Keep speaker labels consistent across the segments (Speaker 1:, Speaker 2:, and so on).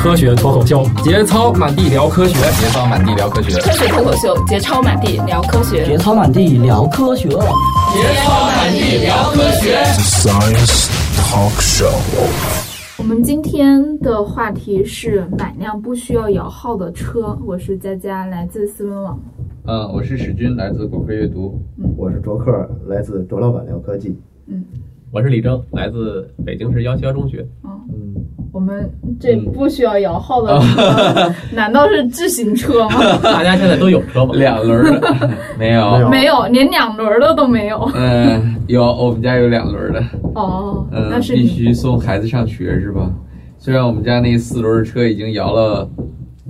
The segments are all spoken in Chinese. Speaker 1: 科学脱口秀，节操满地聊科学，
Speaker 2: 节操满地聊科学，
Speaker 3: 科学脱口秀，节操满地聊科学，
Speaker 4: 节操满地聊科学，
Speaker 5: 节操满地聊科学。
Speaker 6: Science Talk Show。
Speaker 7: 我们今天的话题是买辆不需要摇号的车。我是佳佳，来自思文网。
Speaker 2: 嗯，我是史军，来自果壳阅读。
Speaker 8: 嗯，我是卓克，来自卓老板聊科技。
Speaker 7: 嗯，
Speaker 9: 我是李征，来自北京市幺七幺中学。
Speaker 7: 嗯嗯，我们这不需要摇号的车，嗯、 难道是自行车吗？
Speaker 9: 大家现在都有车吗？
Speaker 2: 两轮的 没有，
Speaker 7: 没有，连两轮的都没有。
Speaker 2: 嗯，有，我们家有两轮的。
Speaker 7: 哦，
Speaker 2: 嗯，
Speaker 7: 那是
Speaker 2: 必须送孩子上学是吧？虽然我们家那四轮车已经摇了，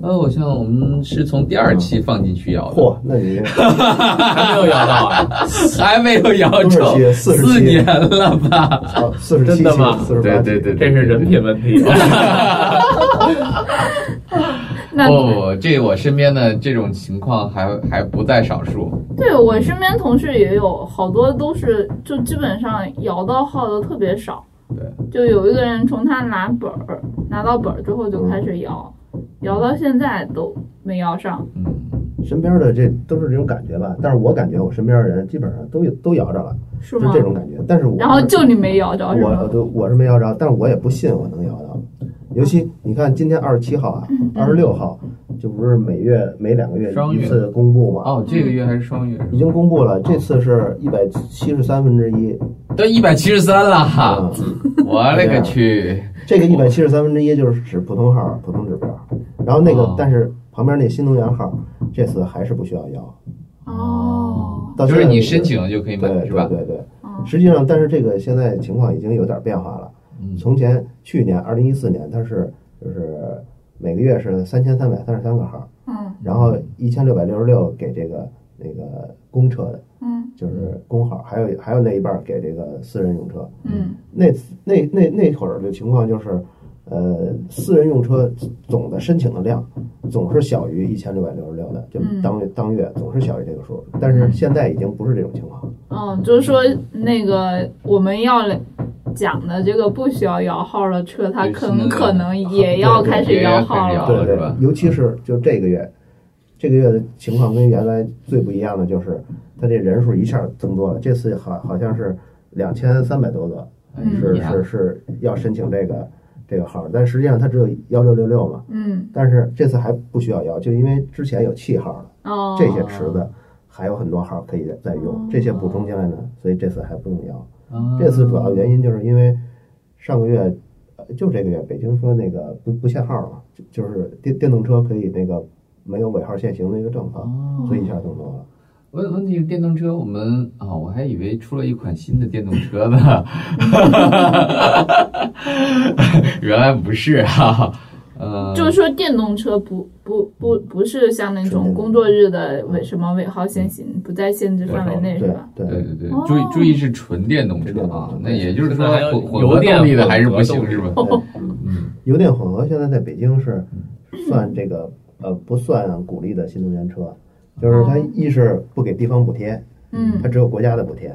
Speaker 2: 哦，好像我们是从第二期放进去摇的。
Speaker 8: 嚯、哦，那你
Speaker 9: 还没有摇到啊？
Speaker 2: 还没有摇着，
Speaker 8: 四
Speaker 2: 年了吧？
Speaker 8: 哦，四十
Speaker 9: 真的吗？
Speaker 8: 四十
Speaker 2: 对对对，
Speaker 9: 这是人品问题。
Speaker 7: 那
Speaker 2: 哦，这我身边的这种情况还还不在少数。
Speaker 7: 对我身边同事也有好多都是，就基本上摇到号的特别少。
Speaker 2: 对，
Speaker 7: 就有一个人从他拿本儿拿到本儿之后就开始摇，摇到现在都没摇上。
Speaker 2: 嗯，
Speaker 8: 身边的这都是这种感觉吧，但是我感觉我身边的人基本上都有都摇着了，
Speaker 7: 是
Speaker 8: 吗？就这种感觉，但是我
Speaker 7: 然后就你没摇着，
Speaker 8: 我都我是没摇着，但是我也不信我能摇到。尤其你看，今天二十七号啊，
Speaker 7: 嗯
Speaker 8: 二十六号，这不是每月每两个月一次公布吗？
Speaker 2: 哦，这个月还是双月，
Speaker 8: 已经公布了。这次是一百七十三分之一，
Speaker 2: 都一百七十三了哈！嗯、我勒个去！
Speaker 8: 这个一百七十三分之一就是指普通号、普通指标，然后那个、哦、但是旁边那新能源号，这次还是不需要摇。
Speaker 7: 哦，嗯
Speaker 2: 就是你申请了就可以买，
Speaker 8: 对
Speaker 2: 是吧？
Speaker 8: 对对对。实际上，但是这个现在情况已经有点变化了。
Speaker 2: 嗯
Speaker 8: 从前去年二零一四年，它是就是每个月是三千三百三十三个号，
Speaker 7: 嗯，
Speaker 8: 然后一千六百六十六给这个那个公车的，
Speaker 7: 嗯，
Speaker 8: 就是公号，还有还有那一半给这个私人用车，
Speaker 7: 嗯，
Speaker 8: 那那那那会儿的情况就是，呃，私人用车总的申请的量总是小于一千六百六十六的，就当月当月总是小于这个数，但是现在已经不是这种情况，
Speaker 7: 嗯，就是说那个我们要。讲的这个不需要摇号的车，它很可能也要开始摇号了，
Speaker 8: 对对,对，尤其是就这个月，这个月的情况跟原来最不一样的就是，它这人数一下增多了，这次好好像是两千三百多个，
Speaker 2: 嗯
Speaker 7: 嗯
Speaker 8: 是
Speaker 2: 啊
Speaker 8: 是是要申请这个这个号，但实际上它只有幺六六六嘛，
Speaker 7: 嗯，
Speaker 8: 但是这次还不需要摇，就因为之前有气号了，
Speaker 7: 哦，
Speaker 8: 这些池子还有很多号可以再用，这些补充进来呢，所以这次还不用摇。这次主要原因就是因为上个月，就这个月，北京说那个不不限号了，就就是电电动车可以那个没有尾号限行的一个政策，所以一下增多了。
Speaker 2: 问问题是电动车，我们啊、哦，我还以为出了一款新的电动车呢， 原来不是啊。呃，
Speaker 7: 就是说电动车不不不不是像那种工作日的尾什么尾号限行，不在限制范围内是吧？
Speaker 8: 对
Speaker 2: 对对对，
Speaker 7: 哦
Speaker 2: 注意注意是纯电动车啊，那也就是说混
Speaker 9: 油
Speaker 2: 动力的还是不行是吧？
Speaker 8: 嗯，油电混合现在在北京是算这个呃不算鼓励的新能源车，就是它一是不给地方补贴，
Speaker 7: 嗯，
Speaker 8: 它只有国家的补贴；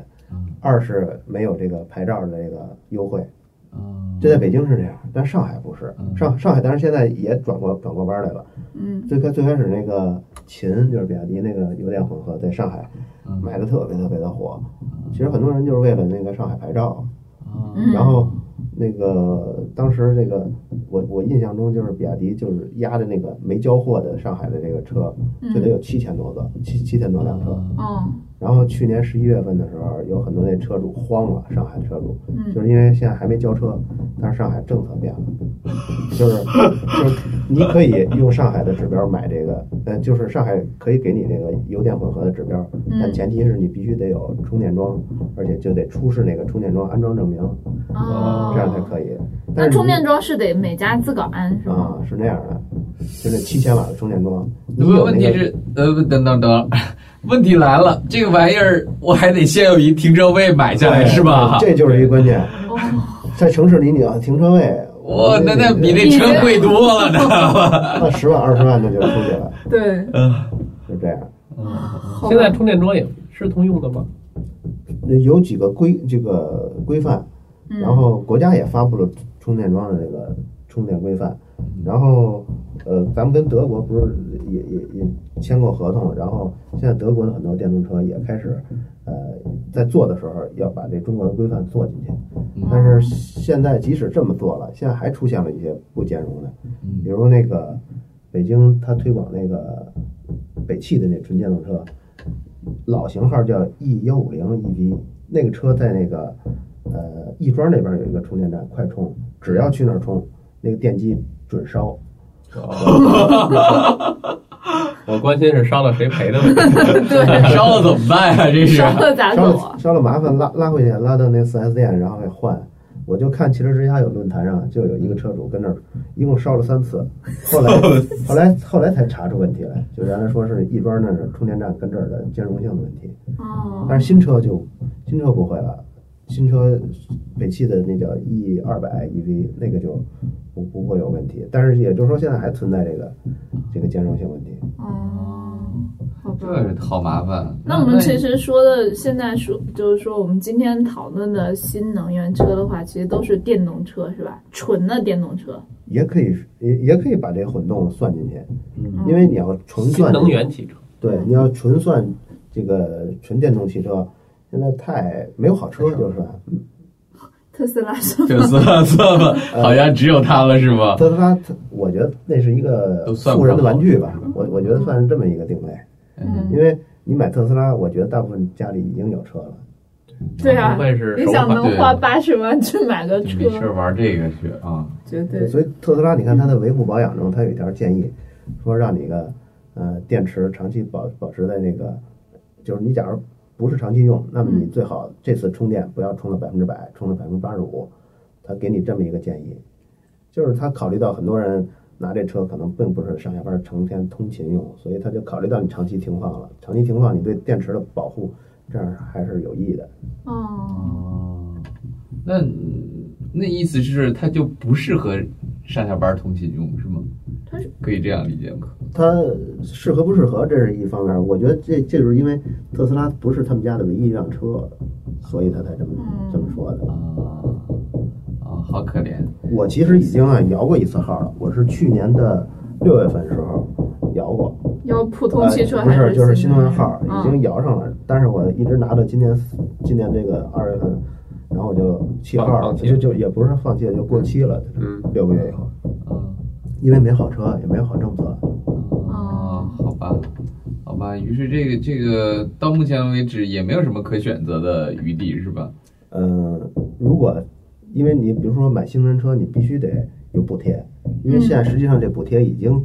Speaker 8: 二是没有这个牌照的这个优惠。这在北京是这样，但上海不是。上上海，当然现在也转过转过弯来了。
Speaker 7: 嗯，
Speaker 8: 最开最开始那个秦就是比亚迪那个油电混合，在上海
Speaker 2: 啊嗯
Speaker 8: 买的特别特别的火。其实很多人就是为了那个上海牌照。
Speaker 7: 嗯、
Speaker 8: 然后那个当时这个我我印象中就是比亚迪就是压的那个没交货的上海的这个车，就得有七千多个，七七千多辆
Speaker 2: 呃
Speaker 8: 车。
Speaker 7: 嗯。
Speaker 8: 然后去年十一月份的时候，有很多那车主慌了，上海的车主，
Speaker 7: 嗯
Speaker 8: 就是因为现在还没交车，但是上海政策变了， 就是就是你可以用上海的指标买这个，呃，就是上海可以给你那个油电混合的指标，
Speaker 7: 嗯
Speaker 8: 但前提是你必须得有充电桩，而且就得出示那个充电桩安装证明，
Speaker 7: 哦，
Speaker 8: 这样才可以。
Speaker 7: 那充电桩是得每家自个安是吗？
Speaker 8: 啊，是那样的，就那七千瓦的充电桩。
Speaker 2: 不，问题是，呃，等等等。 问题来了，这个玩意儿我还得先有一停车位买下来，是吧？
Speaker 8: 哎这就是一 关键。
Speaker 7: 哦
Speaker 8: 在城市里，你要停车位，
Speaker 2: 哇，那那比那车贵多了，知道吧？
Speaker 8: 那呃十万二十万那就出去了。
Speaker 7: 对，
Speaker 2: 嗯，
Speaker 8: 就这样。
Speaker 9: 现在充电桩也是通用的吗？
Speaker 8: 有几个规这
Speaker 7: 嗯
Speaker 8: 个规范，然后国家也发布了充电桩的这个充电规范，然后呃，咱们跟德国不是也也也签过合同，然后现在德国的很多电动车也开始呃在做的时候要把这中国的规范做进去，但是现在即使这么做了，现在还出现了一些不兼容的，比如那个北京它推广那个北汽的那纯电动车，老型号叫 E 幺五零 EV，那个车在那个呃亦庄那边有一个充电站，快充，只要去那儿充，那个电机准烧。
Speaker 2: 我关心是烧了谁赔的问题， 烧了怎么办呀、这是
Speaker 7: 烧了咋
Speaker 8: 烧
Speaker 7: 走啊
Speaker 8: 了？烧了麻烦拉拉回去，拉到那四 S 店，然后给换。我就看汽车之家有论坛上就有一个车主跟那儿，一共烧了三次，后 来
Speaker 9: 哦
Speaker 8: 后来后来才查出问题来，就原来说是亦庄那儿的充电站跟这儿的兼容性的问题，
Speaker 7: 哦，
Speaker 8: 但是新车就新车不会了，新车北汽的那叫 E 二百 EV 那个就不不会有问题，但是也就是说现在还存在这个这个兼容性问题，
Speaker 7: 哦，好吧。
Speaker 2: 这好麻烦。
Speaker 7: 那我
Speaker 8: 嗯
Speaker 7: 们其实说的现在说，就是说我们今天讨论的新能源车的话，其实都是电动车，是吧？纯的电动车。
Speaker 8: 也可以也也可以把这混动算进去，
Speaker 7: 嗯
Speaker 8: 因为你要纯
Speaker 9: 新
Speaker 8: 算
Speaker 9: 能源汽车，
Speaker 2: 嗯
Speaker 8: 对，你要纯算这个纯电动汽车，现在太没有好车，就是
Speaker 7: 特斯拉是
Speaker 2: 就算算吧，好像只有他了是吗？
Speaker 8: 特斯拉，它我觉得那是一个
Speaker 2: 都算不
Speaker 8: 富
Speaker 2: 上嗯
Speaker 8: 人的玩具吧，我我觉得算是这么一个定位，
Speaker 7: 嗯
Speaker 8: 因为你买特斯拉，我觉得大部分家里已经有车了，
Speaker 7: 对啊
Speaker 9: 不，会是
Speaker 7: 你
Speaker 9: 首
Speaker 7: 想
Speaker 9: 款
Speaker 7: 能花八十万去买个车，
Speaker 2: 啊没事玩这个去啊，
Speaker 7: 绝对。
Speaker 8: 所以特斯拉，你看它的维护保养中，它有一条建议，说让你个呃电池长期保保持在那个，就是你假如不是长期用，那么你最好这次充电不要充了百分之百，充了百分之八十五，他给你这么一个建议，就是他考虑到很多人拿这车可能并不是上下班成天通勤用，所以他就考虑到你长期停放了，长期停放你对电池的保护，这样还是有益的。
Speaker 7: 哦，
Speaker 2: 哦，那那意思是它就不适合上下班通勤用是吗？
Speaker 7: 它是
Speaker 2: 可以这样理解吗？
Speaker 8: 它适合不适合，这是一方面。我觉得这这就是因为特斯拉不是他们家的唯一一辆车，所以他才这么
Speaker 7: 嗯
Speaker 8: 这么说的
Speaker 2: 啊。啊，好可怜，
Speaker 8: 我其实已经啊摇过一次号了，我是去年的六月份时候摇过，
Speaker 2: 嗯
Speaker 7: 要普通
Speaker 8: 呃
Speaker 7: 汽车
Speaker 8: 不
Speaker 7: 还
Speaker 8: 是就是
Speaker 7: 新
Speaker 8: 新能源号
Speaker 7: 嗯
Speaker 8: 已经摇上了，但是我一直拿到今年今年这个二月份，然后我就弃号
Speaker 9: 放
Speaker 8: 了，
Speaker 9: 放弃
Speaker 8: 就就也不是放弃，就过期了，
Speaker 9: 嗯，
Speaker 8: 六个月以后，
Speaker 2: 嗯。
Speaker 8: 因为没好车，也没有好政策。
Speaker 2: 哦，好吧，好吧，于是这个这个到目前为止也没有什么可选择的余地，是吧？
Speaker 8: 嗯，如果因为你比如说买新能源车，你必须得有补贴，因为现在实际上这补贴已经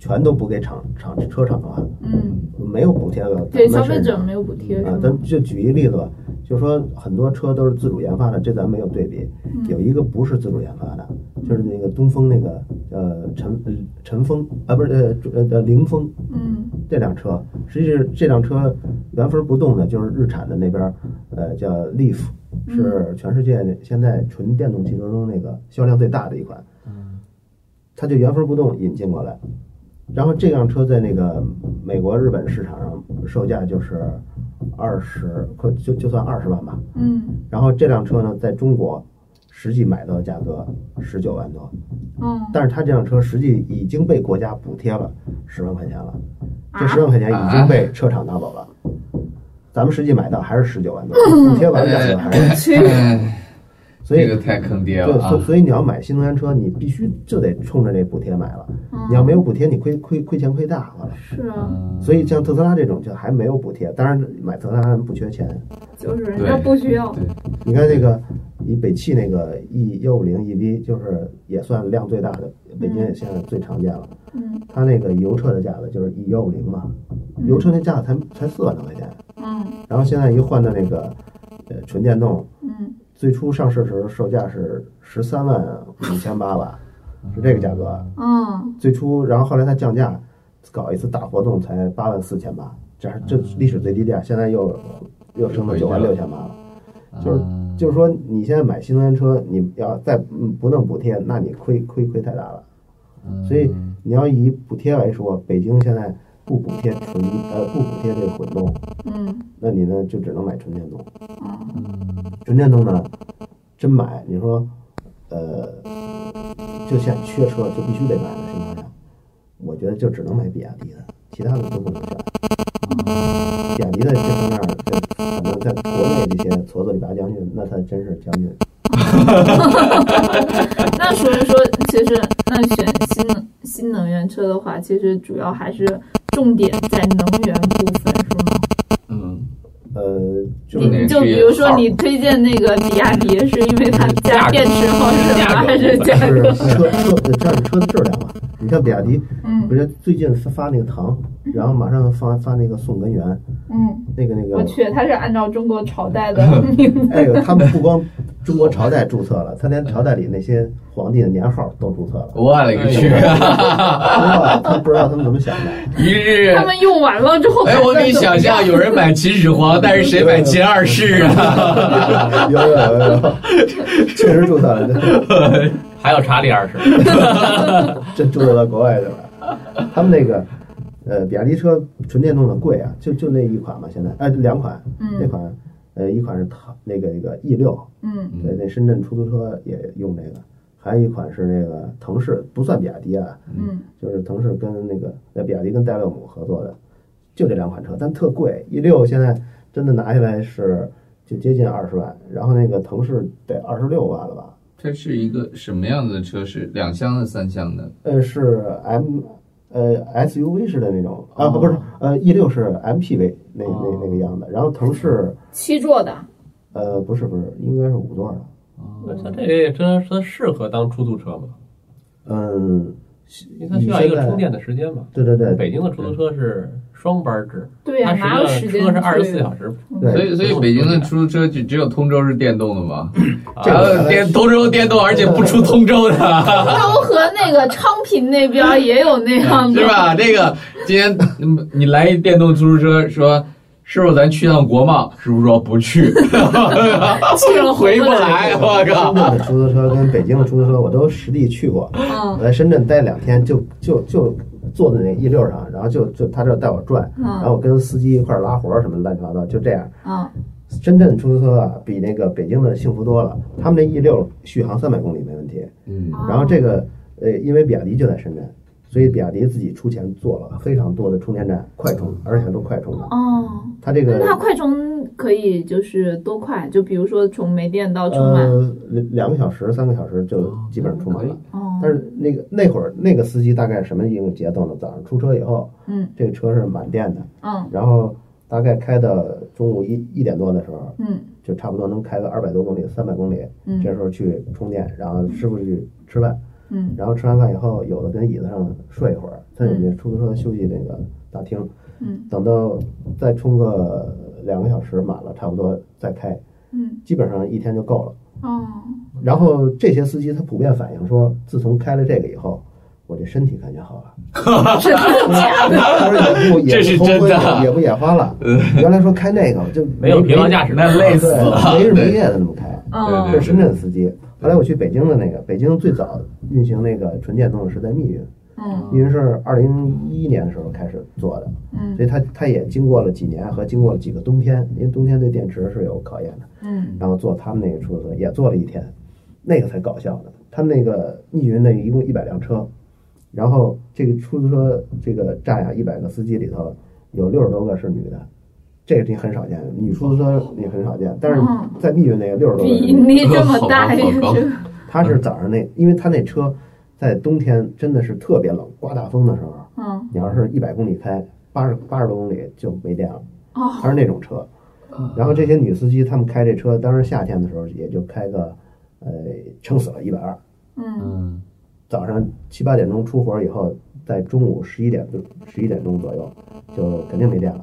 Speaker 8: 全都补给厂厂车厂了，
Speaker 7: 嗯，
Speaker 8: 没有补贴了。
Speaker 7: 给
Speaker 8: 咱们
Speaker 7: 消费
Speaker 8: 是
Speaker 7: 者没有补贴是
Speaker 8: 啊，
Speaker 7: 吗？
Speaker 8: 咱就举一例子吧，就说很多车都是自主研发的，这咱没有对比。
Speaker 7: 嗯
Speaker 8: 有一个不是自主研发的，就是那个东风那个呃陈呃陈风啊，不是呃主呃呃凌风，
Speaker 7: 嗯
Speaker 8: 这辆车，实际是这辆车原封不动的，就是日产的那边儿，呃，叫 Leaf，是全世界现在纯电动汽车中那个销量最大的一款。它就原封不动引进过来，然后这辆车在那个美国、日本市场上售价就是二十，快就就算二十万吧。
Speaker 7: 嗯
Speaker 8: 然后这辆车呢，在中国实际买到的价格十九万多。
Speaker 7: 嗯，
Speaker 8: 但是他这辆车实际已经被国家补贴了十万块钱了，这
Speaker 7: 啊
Speaker 8: 十万块钱已经被车厂拿走了。咱们实际买到还是十九万多，补贴完了价格还是，
Speaker 7: 去
Speaker 2: 哎，
Speaker 8: 所以
Speaker 2: 这个太坑爹
Speaker 8: 对，
Speaker 2: 了
Speaker 8: 所
Speaker 2: 啊！
Speaker 8: 所以你要买新能源车，你必须就得冲着这补贴买了。你要没有补贴，你亏亏亏钱亏大发了。
Speaker 7: 是啊，
Speaker 2: 嗯
Speaker 8: 所以像特斯拉这种就还没有补贴，当然买特斯拉人不缺钱。
Speaker 7: 就是人家不需要。
Speaker 8: 你看那个，以北汽那个 E 幺五零 EV，就是也算量最大的，北京也现在最常见了。
Speaker 7: 嗯
Speaker 8: 它那个油车的价格就是 E 幺五零嘛，油车那价格才才四万多块钱，
Speaker 7: 嗯
Speaker 8: 然后现在一换到那个呃纯电动，
Speaker 7: 嗯，
Speaker 8: 最初上市时候售价是十三万五千八吧，是这个价格。
Speaker 7: 嗯，
Speaker 8: 最初，然后后来它降价，搞一次大活动才八万四千八，这还这历史最低价，现在又又升到九万六千八了。就是就是说，你现在买新能源车，你要再嗯不弄补贴，那你亏亏亏太大了。所以你要以补贴来说，北京现在不补贴纯呃不补贴这个混动，
Speaker 7: 嗯
Speaker 8: 那你呢就只能买纯电动。纯电动呢，真买你说，呃，就现在缺车就必须得买的情况下，我觉得就只能买比亚迪的，其他的都不能选。比亚迪的这方面，反正在国内这些矬子里拔将军，那他真是将军。
Speaker 7: 那所以说，其实那选新能新能源车的话，其实主要还是重点在能源部分，是吗？
Speaker 2: 嗯，
Speaker 8: 呃，就
Speaker 2: 重点
Speaker 7: 就比如说你推荐那个比亚迪，是因为它加电池好使吗？还是价
Speaker 8: 是
Speaker 7: 格？
Speaker 8: 车车呃，这是车的质量嘛。你像比亚迪，
Speaker 7: 嗯
Speaker 8: 不是最近发发那个糖，然后马上发发那个宋根源，
Speaker 7: 嗯，
Speaker 8: 那个那
Speaker 7: 我
Speaker 8: 个，
Speaker 7: 去，它是按照中国朝代的名字
Speaker 8: 哎呦，他们不光中国朝代注册了，他连朝代里那些皇帝的年号都注册了。
Speaker 2: 我勒个去！
Speaker 8: 哎哇他不知道他们怎么想的，
Speaker 2: 于是
Speaker 7: 他，们用完了之后，
Speaker 2: 哎，我可以想象有人买秦始皇，但是谁买秦二世啊？
Speaker 8: 有有有有有，确实注册了，这
Speaker 5: 还有查理二世，
Speaker 8: 这注册到国外去了。他们那个呃，比亚迪车纯电动的贵啊，就就那一款嘛，现在哎两款，那
Speaker 7: 嗯
Speaker 8: 款呃一款是唐那个那个 E 六，
Speaker 7: 嗯
Speaker 8: 对，那深圳出租车也用这个，还有一款是那个腾势，不算比亚迪啊，
Speaker 7: 嗯，
Speaker 8: 就是腾势跟那个呃比亚迪跟戴乐姆合作的，就这两款车，但特贵，E 六现在真的拿下来是就接近二十万，然后那个腾势得二十六万了吧？
Speaker 2: 这是一个什么样子的车？是两厢的、三厢的？
Speaker 8: 呃，是 M 呃 SUV 式的那种啊，
Speaker 2: 哦
Speaker 8: 不是呃 E 六是 MPV 那那
Speaker 2: 哦
Speaker 8: 那个样子，然后腾势
Speaker 3: 七座的，
Speaker 8: 呃不是不是应该是五座的，
Speaker 9: 那像这个也真是适合当出租车嘛，
Speaker 8: 嗯，
Speaker 9: 因为它需要一个充电的时间嘛。
Speaker 8: 对对对，
Speaker 9: 北京的出租车是双班制，
Speaker 7: 对呀、
Speaker 9: 它
Speaker 7: 哪有
Speaker 9: 实
Speaker 7: 时
Speaker 9: 际
Speaker 7: 间
Speaker 9: 上车是二十四
Speaker 7: 去
Speaker 9: 小时。
Speaker 8: 对
Speaker 2: 所以，所以北京的出租车就只有通州是电动的嘛？
Speaker 8: 这
Speaker 2: 然
Speaker 9: 啊
Speaker 8: 个
Speaker 2: 后电通州电动，而且不出通州的，
Speaker 7: 通州和那个昌平那边也有那样的，
Speaker 2: 是？吧？这个今天嗯你来一电动出租车，说师傅咱去趟国贸，师傅说不去， 回不 来，我靠
Speaker 8: 深！圳的出租车跟北京的出租车我都实地去过，
Speaker 7: 嗯
Speaker 8: 我在深圳待两天就就就坐在那 E 六上，然后就就他就带我转，然后
Speaker 7: 嗯
Speaker 8: 我跟司机一块儿拉活儿什么乱七八糟，就这样。
Speaker 7: 嗯，
Speaker 8: 深圳出租车啊，比那个北京的幸福多了。他们那 E 六续航三百公里没问题。
Speaker 2: 嗯，
Speaker 7: 哦
Speaker 8: 然后这个呃，因为比亚迪就在深圳，所以比亚迪自己出钱做了非常多的充电站，快充，而且还都快充的。
Speaker 7: 哦，
Speaker 8: 它这个
Speaker 7: 那它快充可以就是多快？就比如说从没电到充满，
Speaker 8: 呃两两个小时、三个小时就基本上充满了。
Speaker 7: 哦，
Speaker 8: 但是那个那会儿那个司机大概什么一个节奏呢？早上出车以后，
Speaker 7: 嗯
Speaker 8: 这个车是满电的，
Speaker 7: 嗯
Speaker 8: 然后大概开到中午一一点多的时候，
Speaker 7: 嗯
Speaker 8: 就差不多能开个二百多公里、三百公里。这
Speaker 7: 嗯
Speaker 8: 时候去充电，然后师傅去吃饭，
Speaker 7: 嗯
Speaker 8: 然后吃完饭以后，有的跟椅子上睡一会儿，在你出租车休息那个大厅，
Speaker 7: 嗯
Speaker 8: 等到再充个两个小时满了，差不多再开，
Speaker 7: 嗯，
Speaker 8: 基本上一天就够了。
Speaker 7: 哦，
Speaker 8: 然后这些司机他普遍反映说，自从开了这个以后，我这身体感觉好了。
Speaker 7: 是真的假 的？
Speaker 8: 他说也不也
Speaker 2: 这是
Speaker 8: 不
Speaker 2: 真
Speaker 8: 头
Speaker 2: 的嗯
Speaker 8: 昏，也不眼花了。原来说开那个就
Speaker 5: 没有疲劳驾驶，
Speaker 2: 那累死了。
Speaker 8: 对，没日没夜的那么开。
Speaker 7: 嗯
Speaker 8: 这是深圳司机。后来我去北京的那个，北京最早运行那个纯电动的是在密云，
Speaker 7: 嗯
Speaker 8: 密云是二零一一年的时候开始做的，所
Speaker 7: 嗯
Speaker 8: 以它它也经过了几年和经过了几个冬天，因为冬天对电池是有考验的。
Speaker 7: 嗯
Speaker 8: 然后做他们那个出租车也做了一天，那个才搞笑呢。他们那个密云那一共一百辆车，然后这个出租车这个站呀，一百个司机里头有六十多个是女的，这个你很少见，女出租车你很少见，但是
Speaker 7: 嗯
Speaker 8: 在密云那个六十多个是
Speaker 7: 比
Speaker 8: 女的，
Speaker 7: 例这么大，也
Speaker 2: 好高好
Speaker 7: 是
Speaker 8: 他是早上那，因为他那车在冬天真的是特别冷，刮大风的时候，
Speaker 7: 嗯
Speaker 8: 你要是一百公里开，八十八十多公里就没电了。
Speaker 7: 哦
Speaker 8: 他是那种车。然后这些女司机她们开这车，当时夏天的时候也就开个，呃，撑死了一百二。
Speaker 7: 嗯
Speaker 2: 嗯，
Speaker 8: 早上七八点钟出活以后，在中午十一点十一点钟左右就肯定没电了。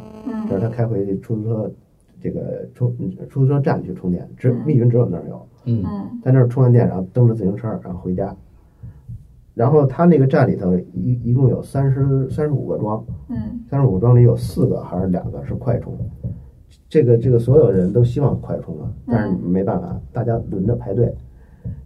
Speaker 7: 嗯
Speaker 8: 这是她开回出租车这个充出租车站去充电，只
Speaker 7: 嗯
Speaker 8: 密云只有那儿有，
Speaker 7: 嗯
Speaker 8: 在那儿充完电，然后蹬着自行车然后回家。然后她那个站里头一一共有三十三十五个桩，
Speaker 7: 嗯
Speaker 8: 三十五桩里有四个还是两个是快充，这个这个所有人都希望快充啊，但是没办法，大家轮着排队。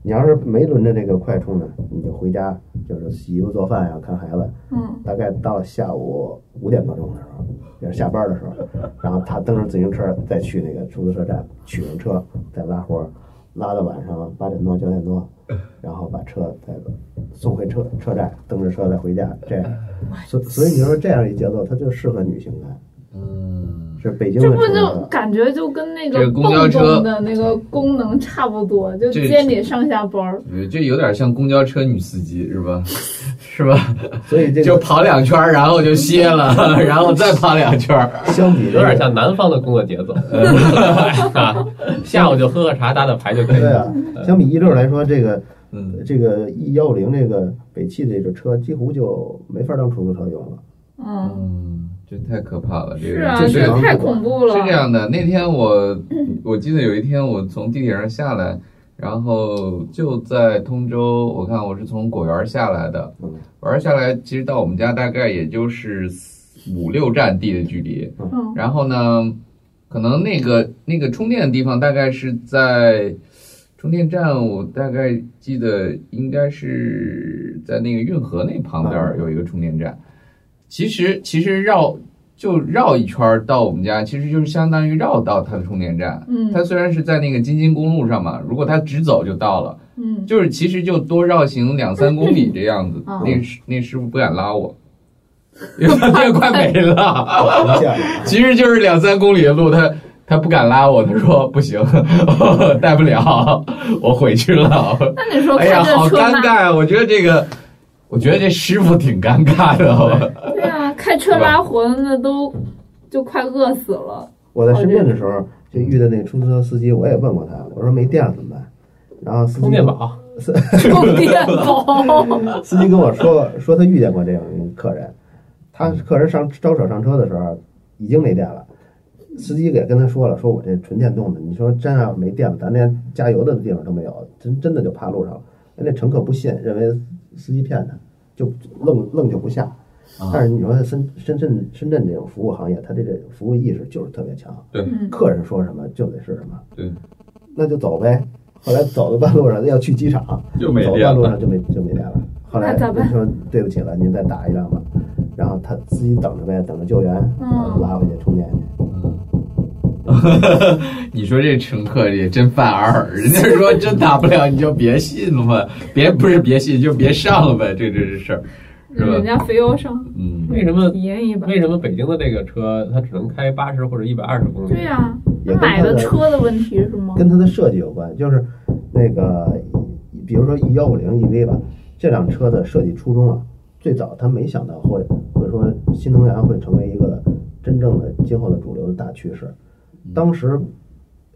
Speaker 8: 你要是没轮着这个快充呢，你就回家就是洗衣服、做饭呀、看孩子。
Speaker 7: 嗯
Speaker 8: 大概到下午五点多钟的时候，也是下班的时候， 然后他蹬着自行车 再去那个出租车站取上车，再拉活儿，拉到晚上八点多九点多，然后把车再送回车车站，蹬着车再回家，这样，
Speaker 5: 哎
Speaker 8: 所所以你说这样一节奏，它就适合女性开。
Speaker 2: 嗯，
Speaker 8: 是北京
Speaker 7: 这
Speaker 8: 的
Speaker 7: 不
Speaker 8: 城
Speaker 7: 就
Speaker 8: 市，
Speaker 7: 感觉就跟那
Speaker 2: 这
Speaker 7: 个
Speaker 2: 个公
Speaker 7: 蹦
Speaker 2: 交车
Speaker 7: 蹦的那个功能差不多，就
Speaker 2: 这
Speaker 7: 接你上下班儿。
Speaker 2: 这有点像公交车女司机是吧？是吧？
Speaker 8: 所以这
Speaker 2: 就
Speaker 8: 个
Speaker 2: 跑两圈儿，然后就歇了， 然后再跑两圈儿。
Speaker 8: 相比
Speaker 5: 有
Speaker 8: 这
Speaker 5: 点
Speaker 8: 个，
Speaker 5: 像南方的工作节 奏啊，下午就喝喝茶打打牌就可以
Speaker 8: 对
Speaker 5: 了。
Speaker 8: 啊，相比一六来说，这个
Speaker 2: 嗯，
Speaker 8: 这个 E 幺零这个北汽这个车几乎就没法当出租车 用了。
Speaker 7: 嗯，
Speaker 2: 嗯，这太可怕了，这
Speaker 7: 是
Speaker 2: 个
Speaker 7: 啊，
Speaker 2: 这
Speaker 8: 是
Speaker 7: 这
Speaker 2: 个
Speaker 8: 个
Speaker 7: 太恐怖了。
Speaker 2: 是这样的，那天我我记得有一天我从地铁上下来，然后就在通州，我看我是从果园下来的
Speaker 8: 嗯，
Speaker 2: 果园下来其实到我们家大概也就是四五六站地的距离，
Speaker 7: 嗯
Speaker 2: 然后呢，可能那个那个充电的地方大概是在充电站，我大概记得应该是在那个运河那旁边儿有一个充电站。其实其实绕就绕一圈儿到我们家，其实就是相当于绕到它的充电站。
Speaker 7: 嗯
Speaker 2: 它虽然是在那个京津公路上嘛，如果它直走就到了，
Speaker 7: 嗯，
Speaker 2: 就是其实就多绕行两三公里这样子。
Speaker 7: 啊
Speaker 2: 那师那师傅不敢拉我， 因为他电快没了。
Speaker 8: 一下
Speaker 2: 其实就是两三公里的路，他他不敢拉我，他说不行， 带不了， 我回去了。
Speaker 7: 那你说
Speaker 2: 哎
Speaker 7: 开
Speaker 2: 呀，
Speaker 7: 这
Speaker 2: 好
Speaker 7: 车
Speaker 2: 尴
Speaker 7: 拉，
Speaker 2: 尬，我觉得这个，我觉得这师傅挺尴尬的。
Speaker 7: 对啊，开车拉魂的都就快饿死了。
Speaker 8: 我
Speaker 9: 哦
Speaker 8: 在深圳的时候就遇到那个出租车司机，我也问过他，我说没电了怎么办？然后司
Speaker 9: 充
Speaker 8: 机
Speaker 9: 电宝，
Speaker 7: 充电宝，
Speaker 8: 司机跟我说说他遇见过这样一个客人，他客人上招手上车的时候已经没电了，司机给跟他说了，说我这纯电动的，你说真要没电了，咱连加油的地方都没有，真真的就趴路上了。那乘客不信，认为司机骗他，就愣愣就不下。
Speaker 2: 啊
Speaker 8: 但是你说深深圳深圳这种服务行业，他这个服务意识就是特别强，
Speaker 2: 对
Speaker 7: 嗯
Speaker 8: 客人说什么就得是什么，
Speaker 2: 对，
Speaker 8: 那就走呗。后来走到半路上要去机场，
Speaker 2: 又没
Speaker 8: 走
Speaker 2: 电
Speaker 8: 半路
Speaker 2: 了，
Speaker 8: 上就没就没电了。后来
Speaker 7: 那咋办
Speaker 8: 说对不起了，您再打一辆吧。然后他自己等着呗，等着救援，
Speaker 7: 嗯
Speaker 8: 拉回去充电去。
Speaker 2: 你说这乘客也真犯二，人家说真打不了你就别信了嘛，别不是别信就别上了呗，这这是事儿，是吧
Speaker 7: 人家肥油上
Speaker 2: 嗯，
Speaker 9: 为什么
Speaker 7: 体验一把。
Speaker 9: 为什么北京的这个车它只能开八十或者一百二十公里？
Speaker 7: 对呀，
Speaker 8: 也
Speaker 7: 他
Speaker 8: 跟
Speaker 7: 买
Speaker 8: 他
Speaker 7: 的
Speaker 8: 的
Speaker 7: 车的问题是吗？
Speaker 8: 跟它的设计有关，就是那个，比如说幺五零 EV 吧，这辆车的设计初衷啊，最早他没想到会或者说新能源会成为一个真正的今后的主流的大趋势。当时，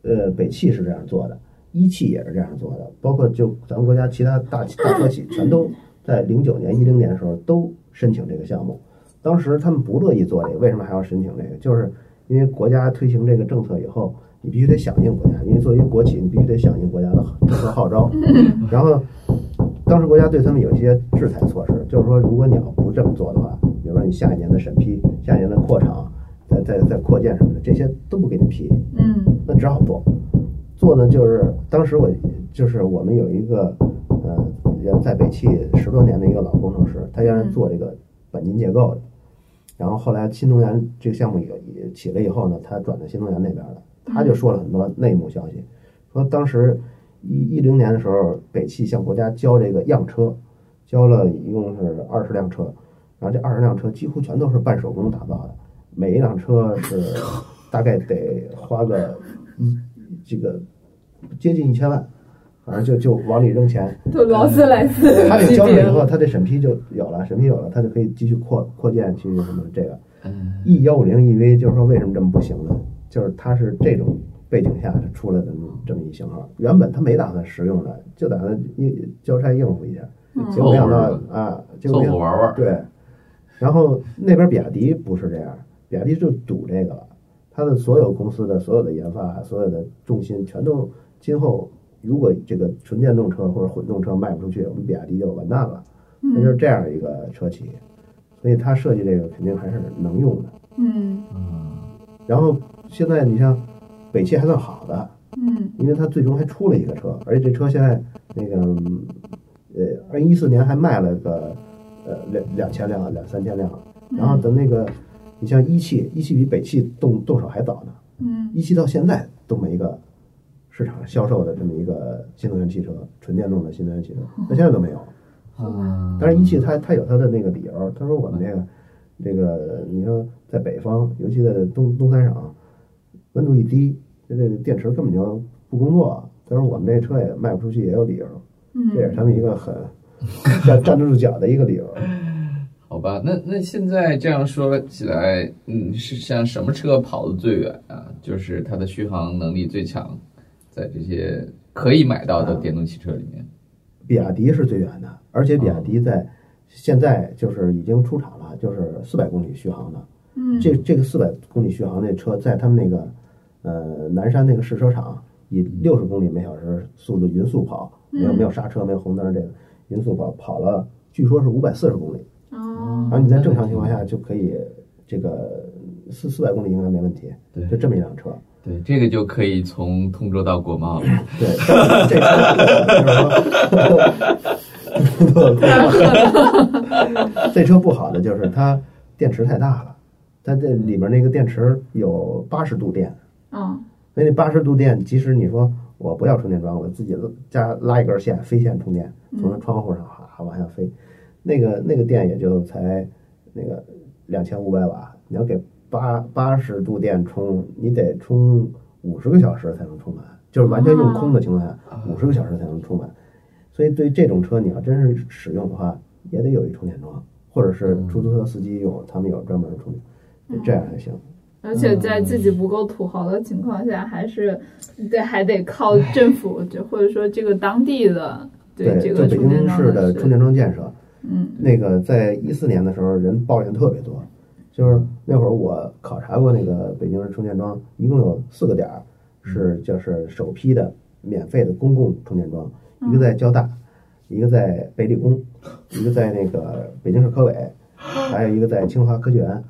Speaker 8: 呃，北汽是这样做的，一汽也是这样做的，包括就咱们国家其他大企大车企全都在零九年、一零年的时候都申请这个项目。当时他们不乐意做这个，为什么还要申请这个？就是因为国家推行这个政策以后，你必须得响应国家，因为作为国企，你必须得响应国家的政策号召。然后，当时国家对他们有一些制裁措施，就是说，如果你要不这么做的话，比如说你下一年的审批、下一年的扩厂、再再再扩建什么的，这些都不给你批。
Speaker 7: 嗯
Speaker 8: 那只好做。做呢，就是当时我就是我们有一个呃，原在北汽十多年的一个老工程师，他原来做这个钣金结构的，然后后来新能源这个项目也也起了以后呢，他转到新能源那边了，他就说了很多内幕消息，说当时一一零年的时候，北汽向国家交这个样车，交了一共是二十辆车，然后这二十辆车几乎全都是半手工打造的，每一辆车是大概得花个一这个接近一千万，反正就就往里扔钱。
Speaker 7: 就劳斯莱斯
Speaker 2: 呃
Speaker 8: 他这
Speaker 7: 级
Speaker 8: 交
Speaker 7: 别
Speaker 8: 税以后，
Speaker 7: 了。
Speaker 8: 他这审批就有了，审批有了，他就可以继续扩扩建去什么这个。E
Speaker 2: 嗯
Speaker 8: 幺五零 EV 就是说为什么这么不行呢？就是它是这种背景下出来的这么一型号，原本他没打算实用的，就打算应交差应付一下，结果没想到啊，结
Speaker 2: 凑
Speaker 8: 果没
Speaker 2: 合
Speaker 8: 想
Speaker 2: 玩玩。
Speaker 8: 对，然后那边比亚迪不是这样，比亚迪就赌这个了，它的所有公司的所有的研发、所有的重心全都今后如果这个纯电动车或者混动车卖不出去，我们比亚迪就完蛋了。它就是这样一个车企，所以它设计这个肯定还是能用的。
Speaker 7: 嗯
Speaker 8: 然后现在你像北汽还算好的，
Speaker 7: 嗯
Speaker 8: 因为它最终还出了一个车，而且这车现在那个，嗯呃，二零一四年还卖了个呃两两千辆、两三千辆。啊然后等那个，你像一汽，一汽比北汽动动手还早呢，
Speaker 7: 嗯
Speaker 8: 一汽到现在都没个市场销售的这么一个新能源汽车，纯电动的新能源汽车，那现在都没有。
Speaker 2: 嗯
Speaker 8: 但是一汽它它有它的那个理由，他说我们这个这个，你说在北方，尤其在东东三省，温度一低，这这个电池根本就不工作。他说我们这车也卖不出去，也有理由，这也是
Speaker 7: 嗯，
Speaker 8: 他们一个很站站得住脚的一个理由。
Speaker 2: 好吧，那那现在这样说起来，嗯，是像什么车跑得最远啊？就是它的续航能力最强，在这些可以买到的电动汽车里面，
Speaker 8: 比亚迪是最远的，而且比亚迪在现在就是已经出厂了，就是四百公里续航的。
Speaker 7: 嗯
Speaker 8: 这这个四百公里续航那车，在他们那个呃南山那个试车场，以六十公里每小时速度匀速跑，没有
Speaker 7: 嗯
Speaker 8: 没有刹车，没有红灯，这个匀速跑跑了，据说是五百四十公里。
Speaker 7: 哦
Speaker 8: 然后你在正常情况下就可以这个四四百公里应该没问题，
Speaker 2: 对
Speaker 8: 就这么一辆车。
Speaker 2: 对，这个就可以从通州到国 贸了。
Speaker 8: 对，但是这车不好就是说这车不好的就是它电池太大了，它这里面那个电池有八十度电，
Speaker 7: 嗯
Speaker 8: 所以那八十度电，即使你说我不要充电桩，我自己家拉一根线，飞线充电，从那窗户上哈、往下飞，那个那个电也就才那个两千五百瓦，你要给八八十度电充，你得充五十个小时才能充满，就是完全用空的情况下，五十个小时才能充满。所以对这种车，你要真是使用的话，也得有一充电桩，或者是出租车司机用，他们有专门的充电，这样才行。
Speaker 7: 而且在自己不够土豪的情况下，还是得还得靠政府，就或者说这个当地的对这
Speaker 8: 就
Speaker 7: 个
Speaker 8: 北
Speaker 7: 充电
Speaker 8: 京
Speaker 7: 桩
Speaker 8: 市的充电桩建设，
Speaker 7: 嗯
Speaker 8: 那个在一四年的时候，人抱怨特别多，就是那会儿我考察过那个北京市充电桩，一共有四个点儿
Speaker 7: 嗯
Speaker 8: 是就是首批的免费的公共充电桩，一
Speaker 7: 嗯
Speaker 8: 个在交大，一个在北理工，一个在那个北京市科委，还有一个在清华科学园。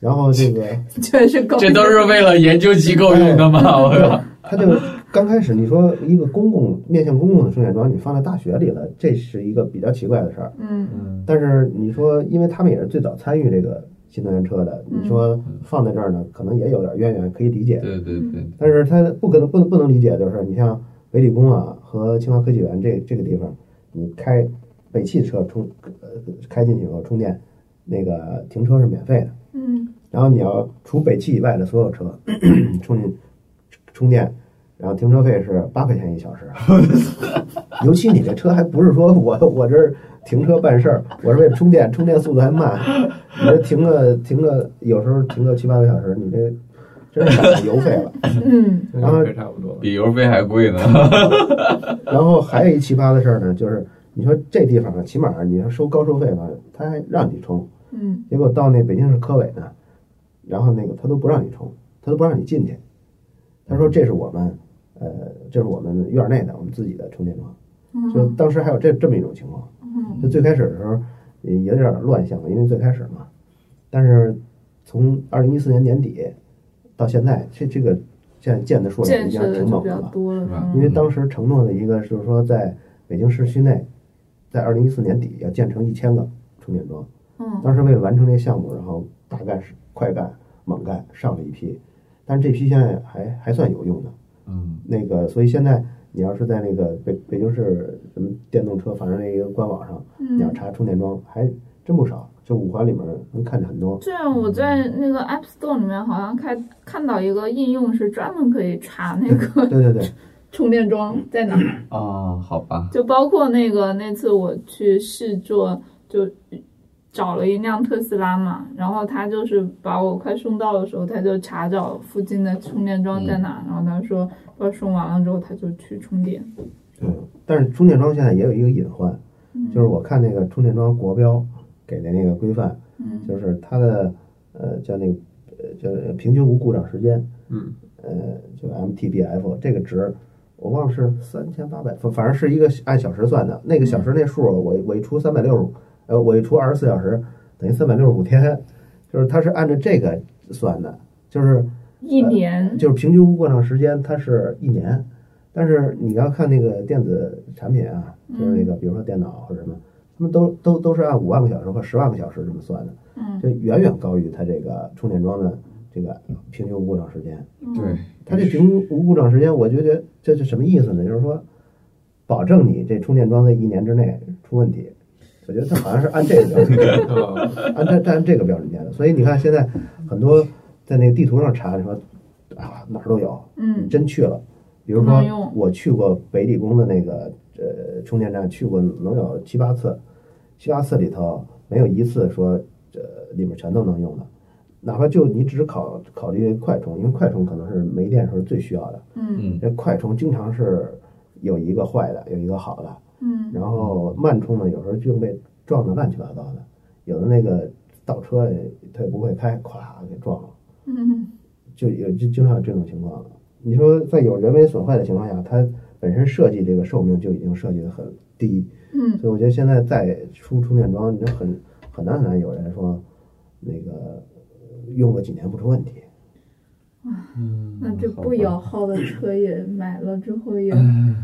Speaker 8: 然后 这个，
Speaker 7: 确实够，
Speaker 2: 这都是为了研究机构用的 吗？
Speaker 7: 哦
Speaker 2: 我靠！
Speaker 8: 它这个刚开始你说一个公共面向公共的充电桩，你放在大学里了，这是一个比较奇怪的事儿。
Speaker 7: 嗯
Speaker 8: 但是你说，因为他们也是最早参与这个新能源车的，
Speaker 7: 嗯
Speaker 8: 你说放在这儿呢，可能也有点渊源，可以理解。
Speaker 2: 对对对，
Speaker 8: 但是他不可能不能不能理解，就是你像北理工啊和清华科技园这这个地方，你开北汽车充呃开进去以后充电，那个停车是免费的，
Speaker 7: 嗯
Speaker 8: 然后你要除北汽以外的所有车 充进充电，然后停车费是八块钱一小时。 尤其你这车还不是说我我这儿停车办事儿，我是为了充电，充电速度还慢，你这停个停个有时候停个七八个小时，你这真是打油费了。
Speaker 7: 嗯
Speaker 9: 然后差不多了。
Speaker 2: 比油费还贵呢。
Speaker 8: 然后还有一奇葩的事儿呢，就是你说这地方啊，起码你要收高收费吧，他还让你充，
Speaker 7: 嗯
Speaker 8: 结果到那北京市科委呢，然后那个他都不让你充，他都不让你进去。他说这是我们，呃，这是我们院内的，我们自己的充电桩。
Speaker 7: 嗯
Speaker 8: 就当时还有这这么一种情况，就最开始的时候也也有点乱象，因为最开始嘛。但是从二零一四年年底到现在，这这个现在建的数量
Speaker 7: 建
Speaker 8: 已经
Speaker 7: 设的
Speaker 8: 挺
Speaker 7: 就
Speaker 8: 猛
Speaker 7: 比
Speaker 8: 的
Speaker 7: 较
Speaker 8: 了。
Speaker 7: 多了，
Speaker 2: 是吧
Speaker 7: 嗯
Speaker 8: 因为当时承诺的一个就是说，在北京市区内，在二零一四年底要建成一千个充电桩。
Speaker 7: 嗯
Speaker 8: 当时为了完成这项目，然后大干是快干、猛干上了一批，但是这批现在还还算有用的。
Speaker 2: 嗯，
Speaker 8: 那个，所以现在你要是在那个北北京市什么电动车，反正那个官网上，你要
Speaker 7: 嗯。
Speaker 8: 查充电桩还真不少，就五环里面能看见很多。
Speaker 7: 这我在那个 App Store 里面好像看看到一个应用是专门可以查那个
Speaker 8: 对对对，
Speaker 7: 充电桩在哪儿
Speaker 8: 啊
Speaker 2: 哦，好吧，
Speaker 7: 就包括那个那次我去试坐，就找了一辆特斯拉嘛，然后他就是把我快送到的时候，他就查找附近的充电桩在
Speaker 2: 嗯
Speaker 7: 哪，然后他说快送完了之后他就去充电。
Speaker 8: 嗯，但是充电桩现在也有一个隐患，就是我看那个充电桩国标给的那个规范，
Speaker 7: 嗯
Speaker 8: 就是它的呃叫那个呃叫平均无故障时间，
Speaker 9: 嗯，
Speaker 8: 呃就 MTBF 这个值，我忘了是三千八百，反正是一个按小时算的，那个小时那数我我一除三百六十，呃我一除二十四小时等于三百六十五天，就是它是按照这个算的，就是呃
Speaker 7: 一年，
Speaker 8: 就是平均无故障时间它是一年，但是你要看那个电子产品啊，就是那个比如说电脑或者什么，他们都都都是按五万个小时或十万个小时这么算的，
Speaker 7: 嗯
Speaker 8: 就远远高于它这个充电桩的这个平均无故障时间。
Speaker 7: 嗯
Speaker 2: 对，
Speaker 8: 它这平均无故障时间，我觉得这是什么意思呢？就是说，保证你这充电桩在一年之内出问题。我觉得它好像是按这个标准， 按这按这个标准定的。所以你看，现在很多在那个地图上查，你说啊哪儿都有，你
Speaker 7: 嗯
Speaker 8: 真去了，比如
Speaker 7: 不
Speaker 8: 说
Speaker 7: 能用
Speaker 8: 我去过北理工的那个呃充电站，去过能有七八次，七八次里头没有一次说呃里面全都能用的，哪怕就你只考考虑快充，因为快充可能是没电的时候最需要的。
Speaker 7: 嗯
Speaker 2: 嗯
Speaker 8: 这快充经常是有一个坏的，有一个好的，
Speaker 7: 嗯
Speaker 8: 然后慢充呢有时候就被撞得乱七八糟的，有的那个倒车它也不会开，咵给撞了。
Speaker 7: 嗯
Speaker 8: 就有就经常有这种情况。你说在有人为损坏的情况下，它本身设计这个寿命就已经设计的很低，
Speaker 7: 嗯
Speaker 8: 所以我觉得现在再出充电桩，你就很很难很难有人说那个用个几年不出问题。
Speaker 7: 那这不摇号的车也买了之后也
Speaker 8: 嗯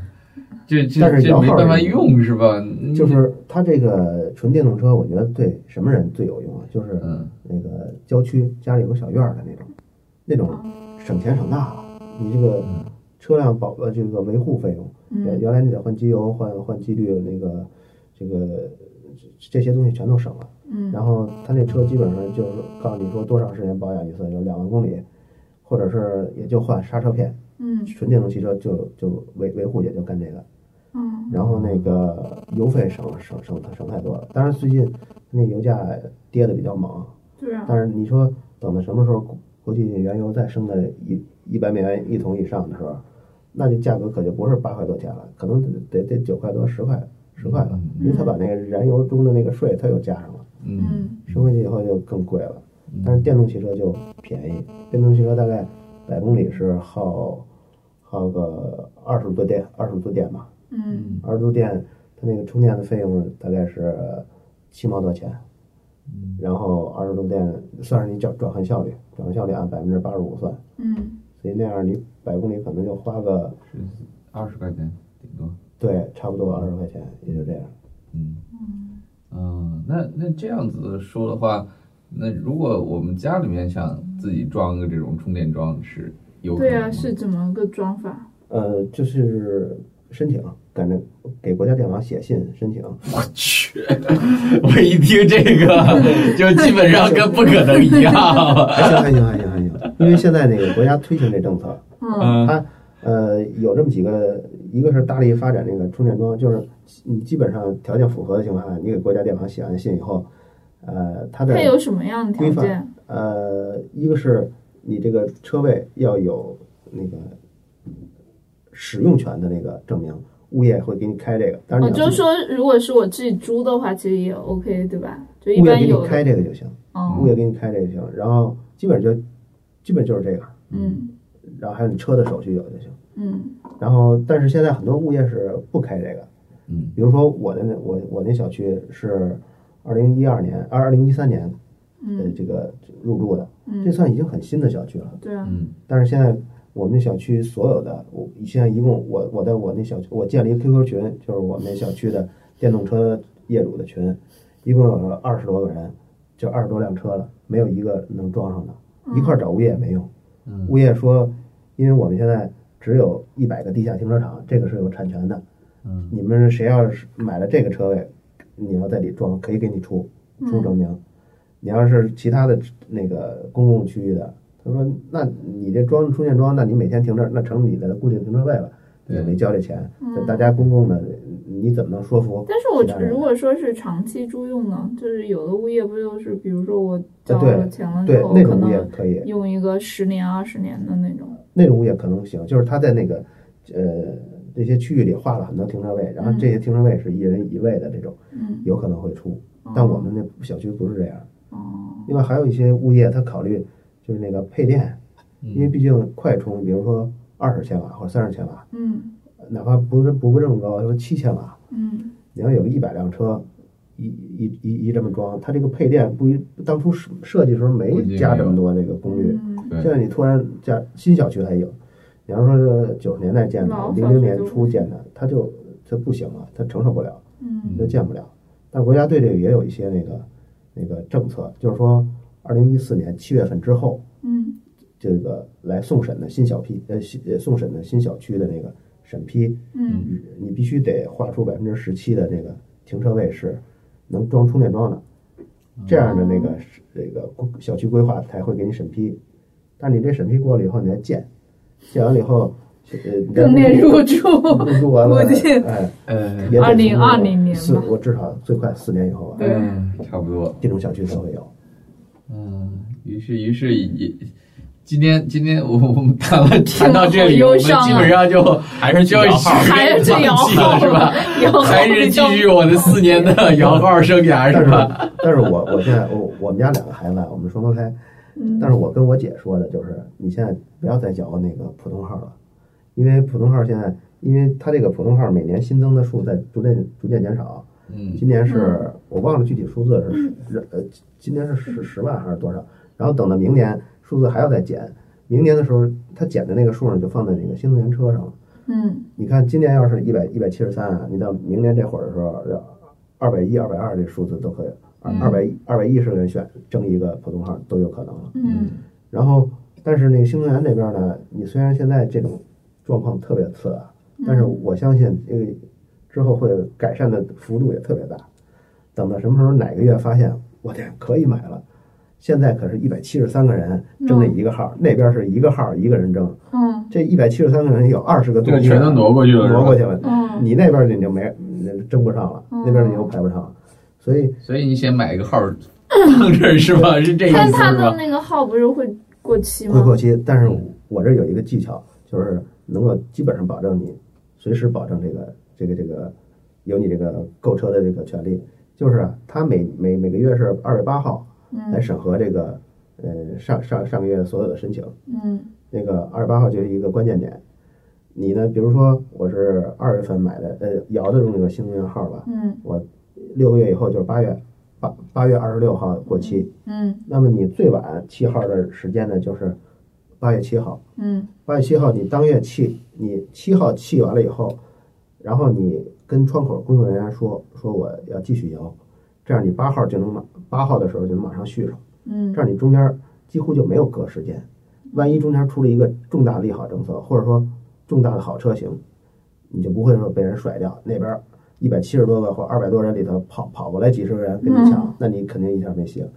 Speaker 2: 这这
Speaker 8: 但是
Speaker 2: 这
Speaker 8: 摇
Speaker 2: 没
Speaker 8: 号
Speaker 2: 办法
Speaker 8: 是
Speaker 2: 用是吧？你
Speaker 8: 就是它这个纯电动车，我觉得对什么人最有用啊？就是
Speaker 2: 嗯
Speaker 8: 那个郊区家里有个小院儿的那种，那种省钱省大了。你这个车辆保呃这个维护费用。原
Speaker 7: 嗯
Speaker 8: 原来你得换机油、换换机滤，那个这个这这些东西全都省了。
Speaker 7: 嗯
Speaker 8: 然后他那车基本上就是告诉你说多长时间保养一次，有两万公里，或者是也就换刹车片。
Speaker 7: 嗯
Speaker 8: 纯电动汽车就就维维护也就干这个，
Speaker 7: 嗯
Speaker 8: 然后那个油费省省省省太多了。当然最近那油价跌的比较猛，
Speaker 7: 对啊
Speaker 8: 但是你说等到什么时候国国际原油再升到一一百美元一桶以上的时候，那这价格可就不是八块多钱了，可能得得得九块多、十块、十块了，因为它把那个燃油中的那个税它又加上了，
Speaker 2: 嗯
Speaker 7: 嗯
Speaker 8: 升回去以后就更贵了。但是电动汽车就便宜，电动汽车大概百公里是耗耗个二十度电，二十度电吧，
Speaker 7: 嗯
Speaker 8: 二十度电它那个充电的费用大概是七毛多钱，然后二十度电算是你转转换效率，转换效率按百分之八十五算，
Speaker 7: 嗯
Speaker 8: 所以那样你百公里可能就花个
Speaker 2: 二十块钱顶多。
Speaker 8: 对差不多二十块钱，也就这样。
Speaker 2: 嗯嗯，那那这样子说的话，那如果我们家里面想自己装个这种充电桩是有可
Speaker 7: 对
Speaker 2: 能
Speaker 7: 啊
Speaker 2: 吗
Speaker 7: 是怎么个装法
Speaker 8: 呃，就是申请，赶着给国家电网写信申请，
Speaker 5: 我 去，我一听这个，就基本上跟不可能一 样。
Speaker 8: 还行还行还行还行，因为现在那个国家推行这政策，
Speaker 7: 嗯
Speaker 5: 嗯
Speaker 8: 它呃有这么几个，一个是大力发展这个充电桩，就是你基本上条件符合的情况下，你给国家电网写完信以后，呃，它的
Speaker 7: 它有什么样的条件哦
Speaker 8: 呃，一个是你这个车位要有那个使用权的那个证明，物业会给你开这个，当然
Speaker 7: 哦
Speaker 8: 你要
Speaker 7: 就是
Speaker 8: 自己、
Speaker 7: 说如果是我自己租的话其实也 OK 对吧就一
Speaker 8: 物业
Speaker 7: 般
Speaker 8: 给
Speaker 7: 有
Speaker 8: 你开
Speaker 7: 的
Speaker 8: 这个就行，
Speaker 7: 哦
Speaker 8: 物业给你开这个就行，然后基本就基本就是这个，
Speaker 7: 嗯
Speaker 8: 然后还有你车的手续有就行。
Speaker 7: 嗯
Speaker 8: 然后，但是现在很多物业是不开这个，
Speaker 2: 嗯
Speaker 8: 比如说我的那我我那小区是二零一二年二二零一三年呃
Speaker 7: 嗯
Speaker 8: 这个入住的，这
Speaker 7: 嗯
Speaker 8: 算已经很新的小区了。
Speaker 7: 对啊
Speaker 2: 嗯
Speaker 8: 但是现在我们小区所有的，我现在一共我我在我那小区我建了一个 QQ 群，就是我们那小区的电动车业主的群，一共有二十多个人，就二十多辆车了，没有一个能装上的，一块儿找物业也没用。
Speaker 2: 嗯
Speaker 8: 物业说，因为我们现在只有一百个地下停车场，这个是有产权的。
Speaker 2: 嗯
Speaker 8: 你们谁要是买了这个车位，你要在里装，可以给你出
Speaker 7: 嗯
Speaker 8: 出证明。你要是其他的那个公共区域的，他说，那你这装充电桩，那你每天停这儿，那成你的固定停车位了，
Speaker 2: 对
Speaker 8: 也没交这钱。这
Speaker 7: 嗯
Speaker 8: 大家公共的，你怎么能说服？
Speaker 7: 但是我
Speaker 8: 其他人
Speaker 7: 如果说是长期租用呢，就是有的物业不就是，比如说我交
Speaker 8: 啊对
Speaker 7: 了钱了
Speaker 8: 对
Speaker 7: 之后，
Speaker 8: 那
Speaker 7: 嗯可
Speaker 8: 种物业
Speaker 7: 能
Speaker 8: 可以，
Speaker 7: 用一个十年、二十年的那种。
Speaker 8: 那种物业可能行，就是他在那个呃这些区域里划了很多停车位，然后这些停车位是一人一位的这种，
Speaker 7: 嗯，
Speaker 8: 有可能会出。
Speaker 7: 哦
Speaker 8: 但我们那小区不是这样。
Speaker 7: 哦，
Speaker 8: 另外还有一些物业，他考虑就是那个配电，
Speaker 7: 嗯
Speaker 2: 嗯
Speaker 8: 因为毕竟快充，比如说二十千瓦或者三十千瓦，
Speaker 7: 嗯
Speaker 8: 哪怕不是不这么高，说七千瓦，
Speaker 7: 嗯
Speaker 8: 你要有一百辆车。一一一一这么装，它这个配电不一，当初设设计的时候
Speaker 2: 估计
Speaker 8: 没加
Speaker 2: 没
Speaker 8: 这
Speaker 2: 有
Speaker 8: 么多这个功率，
Speaker 7: 嗯
Speaker 2: 对
Speaker 8: 现在你突然加新小区还有，你要说九十年代建的
Speaker 7: 老，
Speaker 8: 零
Speaker 7: 小区
Speaker 8: 零年
Speaker 7: 就
Speaker 8: 初建的，它就它不行了，它承受不了，
Speaker 7: 嗯
Speaker 8: 它建不了。但国家对这个也有一些那个那个政策，就是说，二零一四年七月份之后，
Speaker 7: 嗯
Speaker 8: 这个来送审的新小批呃新呃送审的新小区的那个审批，
Speaker 7: 嗯
Speaker 8: 你必须得划出百分之十七的那个停车位是能装充电桩的，
Speaker 2: 哦
Speaker 8: 这样的那个是这个小区规划才会给你审批。但你这审批过了以后，你再建，建完了以后，呃，你再
Speaker 7: 更内入驻。
Speaker 8: 入住完了，
Speaker 7: 估计
Speaker 8: 哎，
Speaker 2: 呃，
Speaker 8: 也得
Speaker 7: 2020年吧
Speaker 8: 四，我至少最快四年以后吧，
Speaker 7: 对
Speaker 2: 嗯，差不多。
Speaker 8: 这种小区才会有。
Speaker 2: 嗯，于是于是也，今天今天我我们谈了谈到 这里，
Speaker 7: 好
Speaker 2: 我们
Speaker 7: 忧伤啊
Speaker 2: 基本上就
Speaker 5: 还是
Speaker 2: 就
Speaker 7: 还是摇
Speaker 2: 放弃了
Speaker 7: 号
Speaker 2: 是吧？？
Speaker 7: 摇号
Speaker 2: 还是继续我的四年的摇号生涯
Speaker 8: 但
Speaker 2: 是
Speaker 8: 是
Speaker 2: 吧？，
Speaker 8: 但是我我现在我我们家两个孩子啊，我们双胞胎，
Speaker 7: 嗯
Speaker 8: 但是我跟我姐说的就是，你现在不要再缴那个普通号了，因为普通号现在，因为它这个普通号每年新增的数在逐渐逐渐减少，
Speaker 2: 嗯
Speaker 8: 今年是我忘了具体数字是十呃，今年是十十万还是多少？然后等到明年数字还要再减，明年的时候它减的那个数呢就放在那个新能源车上了。
Speaker 7: 嗯
Speaker 8: 你看今年要是一百一百七十三啊，你到明年这会儿的时候，二百一、二百二这数字都可以，
Speaker 7: 嗯
Speaker 8: 二百一、二百一十个人选争一个普通号都有可能了。
Speaker 7: 嗯
Speaker 8: 然后，但是那个新能源这边呢，你虽然现在这种状况特别次啊，但是我相信这个之后会改善的幅度也特别大。等到什么时候哪个月发现，我天可以买了，现在可是一百七十三个人争那一个号，那边是一个号一个人争，
Speaker 7: 嗯
Speaker 8: 这一百七十三个人有二十个
Speaker 2: 这
Speaker 8: 东
Speaker 2: 个
Speaker 8: 西
Speaker 2: 全都挪过去了，是吧
Speaker 8: 挪过去了，
Speaker 7: 嗯，
Speaker 8: 你那边你就没你争不上了，
Speaker 7: 嗯
Speaker 8: 那边你又排不上了，所以
Speaker 2: 所以你先买一个号放这儿是 吧？是这个
Speaker 7: 但
Speaker 2: 意思
Speaker 7: 他
Speaker 2: 是
Speaker 7: 的
Speaker 2: 吧？
Speaker 7: 那个号不是会过期
Speaker 8: 会
Speaker 7: 吗？
Speaker 8: 过期。但是我这有一个技巧，就是能够基本上保证你随时保证这个这个这个有你这个购车的这个权利。就是啊，他每每每个月是二月八号来
Speaker 7: 嗯
Speaker 8: 审核这个呃上上上个月所有的申请，
Speaker 7: 嗯
Speaker 8: 那个二月八号就是一个关键点。你呢，比如说我是二月份买的，呃，摇的这个新能源号吧，
Speaker 7: 嗯
Speaker 8: 六个月以后就是八月八八月二十六号过期。
Speaker 7: 嗯
Speaker 8: 那么你最晚弃号的时间呢，就是八月七号。
Speaker 7: 嗯
Speaker 8: 八月七号你当月弃，你七号弃完了以后，然后你跟窗口工作人员说说我要继续摇，这样你八号就能马八号的时候就能马上续上，
Speaker 7: 嗯
Speaker 8: 这样你中间几乎就没有隔时间。万一中间出了一个重大利好政策，或者说重大的好车型，你就不会说被人甩掉。那边一百七十多个或二百多人里头跑跑过来几十个人跟你抢，那你肯定一下没戏了。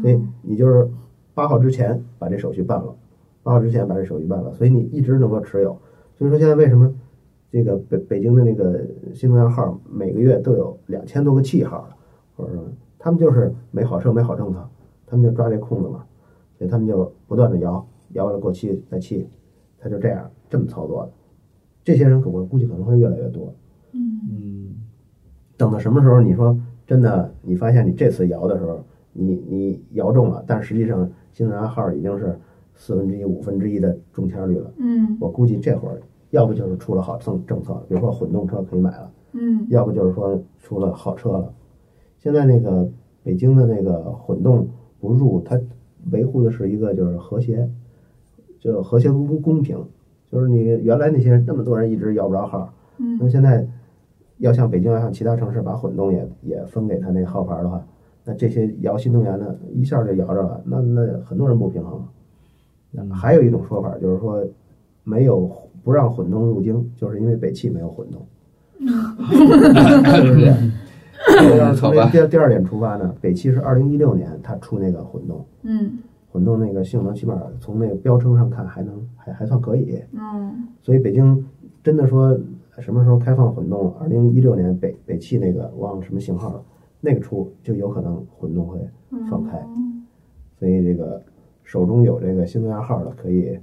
Speaker 8: 所以你就是八号之前把这手续办了，八号之前把这手续办了，所以你一直能够持有。所以说现在为什么这个北北京的那个新能源号每个月都有两千多个气号了，或者说他们就是没好车没好政策，他们就抓这空子嘛，所以他们就不断的摇，摇完了过期再气，他就这样这么操作的。这些人可我估计可能会越来越多。
Speaker 7: 嗯
Speaker 2: 嗯，
Speaker 8: 等到什么时候你说真的，你发现你这次摇的时候，你你摇中了，但实际上新能源号已经是四分之一、五分之一的中签率了。
Speaker 7: 嗯
Speaker 8: 我估计这会儿要不就是出了好政政策，比如说混动车可以买了，
Speaker 7: 嗯
Speaker 8: 要不就是说出了好车了。现在那个北京的那个混动不入，它维护的是一个就是和谐，就是和谐公公平，就是你原来那些那么多人一直摇不着号，那
Speaker 7: 嗯
Speaker 8: 现在要像北京要像其他城市把混动也也分给他那号牌的话，那这些摇新能源的一下就摇着了，那那很多人不平衡。那还有一种说法就是说，没有不让混动入京，就是因为北汽没有混动。要是
Speaker 2: 好
Speaker 8: 从这
Speaker 2: 吧，
Speaker 8: 第第二点出发呢，北汽是二零一六年它出那个混动，
Speaker 7: 嗯
Speaker 8: 混动那个性能起码从那个标称上看还能还还算可以。
Speaker 7: 嗯
Speaker 8: 所以北京真的说什么时候开放混动了？二零一六年北北汽那个忘了什么型号了，那个出就有可能混动会放开。
Speaker 7: 嗯
Speaker 8: 所以这个手中有这个新能源号的可以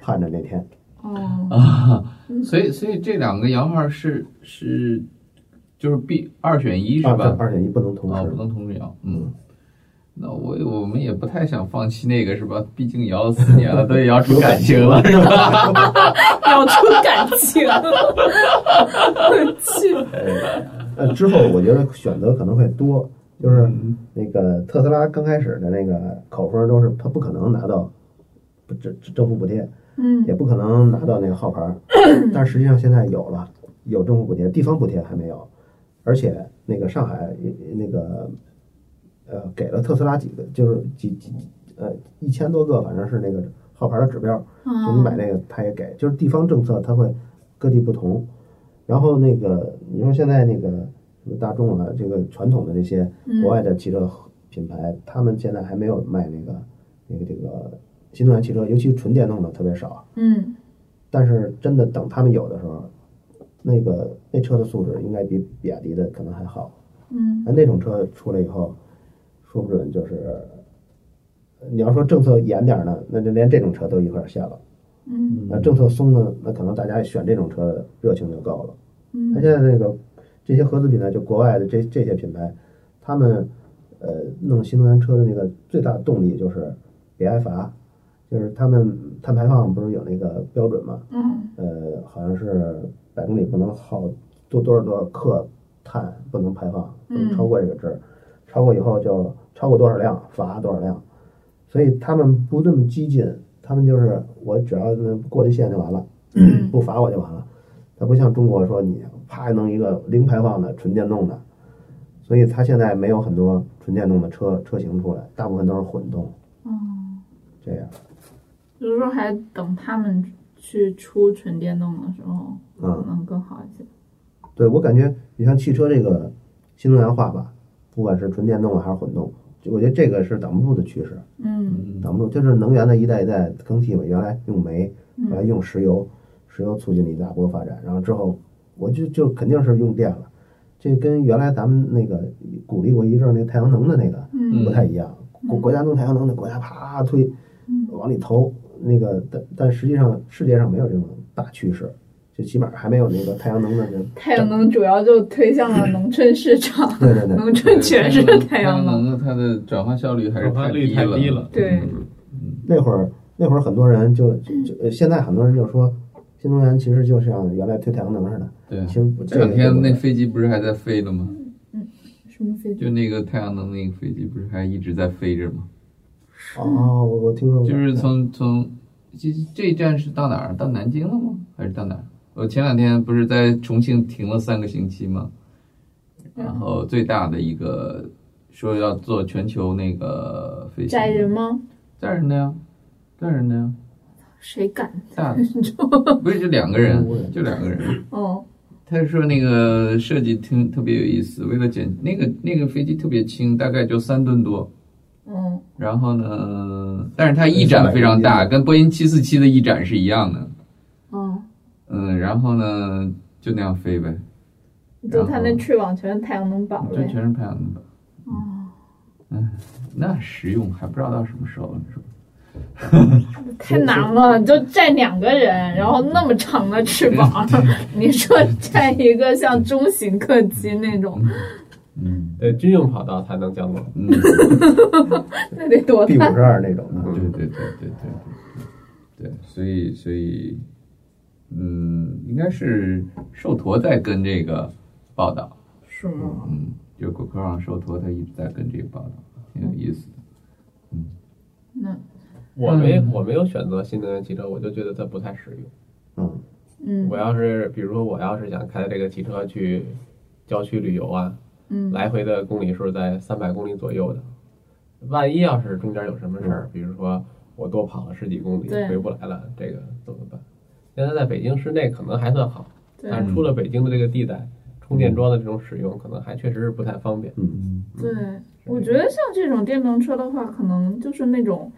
Speaker 8: 盼着那天。
Speaker 7: 哦
Speaker 2: 所以所以这两个摇号是是就是 B 二选一是
Speaker 8: 二
Speaker 2: 吧？
Speaker 8: 二选一不能同
Speaker 2: 啊，
Speaker 8: 时
Speaker 2: 不。能同时摇，嗯。那我我们也不太想放弃那个是吧？毕竟摇了四年了，都也摇出感情 了是吧？
Speaker 3: 要出感情，
Speaker 8: 呃，之后我觉得选择可能会多，就是
Speaker 2: 嗯
Speaker 8: 那个特斯拉刚开始的那个口风都是它不可能拿到不政政府补贴，也
Speaker 7: 嗯
Speaker 8: 不可能拿到那个号牌儿，但实际上现在有了，有政府补贴，地方补贴还没有，而且那个上海呃那个呃给了特斯拉几个，就是几几呃一千多个，反正是那个号牌的指标，就你
Speaker 7: 嗯
Speaker 8: 买那个他也给，就是地方政策它会各地不同。然后那个你说现在那个什么大众啊，这个传统的这些国外的汽车品牌，他们现在还没有卖那个那个这个新能源汽车，尤其纯电动的特别少。
Speaker 7: 嗯
Speaker 8: 但是真的等他们有的时候，那个那车的素质应该比比亚迪的可能还好。
Speaker 7: 嗯
Speaker 8: 那那种车出来以后，说不准就是呃你要说政策严点儿呢，那就连这种车都一块儿限了。
Speaker 7: 嗯
Speaker 8: 那政策松了，那可能大家选这种车的热情就高了。
Speaker 7: 嗯
Speaker 8: 他现在这个这些合资品牌，就国外的这这些品牌，他们呃弄新能源车的那个最大的动力就是别挨罚，就是他们碳排放不是有那个标准嘛？
Speaker 7: 嗯
Speaker 8: 呃，好像是百公里不能耗多多少多少克碳不能排放，不
Speaker 7: 嗯
Speaker 8: 能超过这个值儿，超过以后就超过多少辆罚多少辆，所以他们不那么激进，他们就是我只要能过这线就完了，不罚我就完了。他不像中国说你啪弄一个零排放的纯电动的，所以他现在没有很多纯电动的车车型出来，大部分都是混动
Speaker 7: 嗯，
Speaker 8: 这样。
Speaker 7: 就是说还等他们去出纯电动的时候，
Speaker 8: 嗯
Speaker 7: 可能更好一些。
Speaker 8: 对我感觉，你像汽车这个新能源化吧，不管是纯电动啊还是混动，就我觉得这个是挡不住的趋势，
Speaker 7: 嗯
Speaker 8: 挡不住就是能源的一代一代更替嘛。原来用煤，后来
Speaker 7: 嗯
Speaker 8: 用石油，石油促进了一大波发展，然后之后我就就肯定是用电了。这跟原来咱们那个鼓励过一阵儿那太阳能的那个
Speaker 7: 嗯
Speaker 8: 不太一样，国
Speaker 7: 嗯
Speaker 8: 国家弄太阳能的，国家啪推
Speaker 7: 嗯
Speaker 8: 往里投，那个但但实际上世界上没有这种大趋势，就起码还没有那个太阳能的人。
Speaker 7: 太阳能主要就推向了农村市场，
Speaker 8: 对 对对，
Speaker 7: 农村全是太阳能。
Speaker 2: 能，它的转化效率还是
Speaker 9: 转化
Speaker 2: 太
Speaker 9: 率
Speaker 2: 低
Speaker 9: 太
Speaker 2: 了。嗯
Speaker 9: 低了，
Speaker 7: 对，
Speaker 8: 那会儿那会儿很多人就就就呃现在很多人就说新能源其实就像原来推太阳能似的，
Speaker 2: 对
Speaker 8: 其，实
Speaker 2: 这两天那嗯
Speaker 8: 那
Speaker 2: 飞机不是还在飞呢吗？
Speaker 7: 什么飞机？
Speaker 2: 就那个太阳能那个飞机不是还一直在飞着吗？
Speaker 8: 哦，我我听说过，
Speaker 2: 就是从从这这一站是到哪儿？到南京了吗？还是到哪儿？我前两天不是在重庆停了三个星期吗？
Speaker 7: 嗯
Speaker 2: 然后最大的一个说要做全球那个飞行，
Speaker 7: 载人吗？
Speaker 2: 载人的呀，载人的 呀，
Speaker 7: 谁敢？
Speaker 2: 大的不是就两个人，就两个人。
Speaker 7: 哦，
Speaker 2: 他说那个设计挺特别有意思，为了减那个那个飞机特别轻，大概就三吨多。
Speaker 7: 嗯
Speaker 2: 然后呢，但是它翼展非常大，跟波音747的翼展是一样的。
Speaker 7: 嗯，
Speaker 2: 嗯，然后呢，就那样飞呗，
Speaker 7: 就他那翅膀全是太阳能板
Speaker 2: 就
Speaker 7: 呗。
Speaker 2: 全是太阳能板。嗯，那实用还不知道到什么时候呢，是吧？
Speaker 7: 太难了，就站两个人，然后那么长的翅膀，你说站一个像中型客机那种，
Speaker 2: 嗯
Speaker 9: 对，呃军用跑道才能降落。
Speaker 2: 嗯，
Speaker 7: 那得多
Speaker 8: B
Speaker 7: 大
Speaker 8: 五？十二那种的，
Speaker 2: 对对对对对对对，所以所以，嗯，应该是寿陀在跟这个报道，
Speaker 7: 是吗？
Speaker 2: 嗯，就果壳上寿陀他一直在跟这个报道，挺有意思的。
Speaker 7: 那
Speaker 9: 我没
Speaker 7: 嗯
Speaker 9: 我没有选择新能源汽车，我就觉得它不太实用。
Speaker 8: 嗯，
Speaker 7: 嗯
Speaker 9: 我要是比如说我要是想开这个汽车去郊区旅游啊，
Speaker 7: 嗯
Speaker 9: 来回的公里数在三百公里左右的，万一要是中间有什么事儿，比如说我多跑了十几公里
Speaker 7: 嗯对
Speaker 9: 回不来了，这个怎么办？现在在北京市内可能还算好，
Speaker 7: 对
Speaker 9: 但是出了北京的这个地带，充电桩的这种使用可能还确实是不太方
Speaker 2: 嗯
Speaker 9: 便。
Speaker 7: 对，我觉得像这种电动车的话，可能就是那种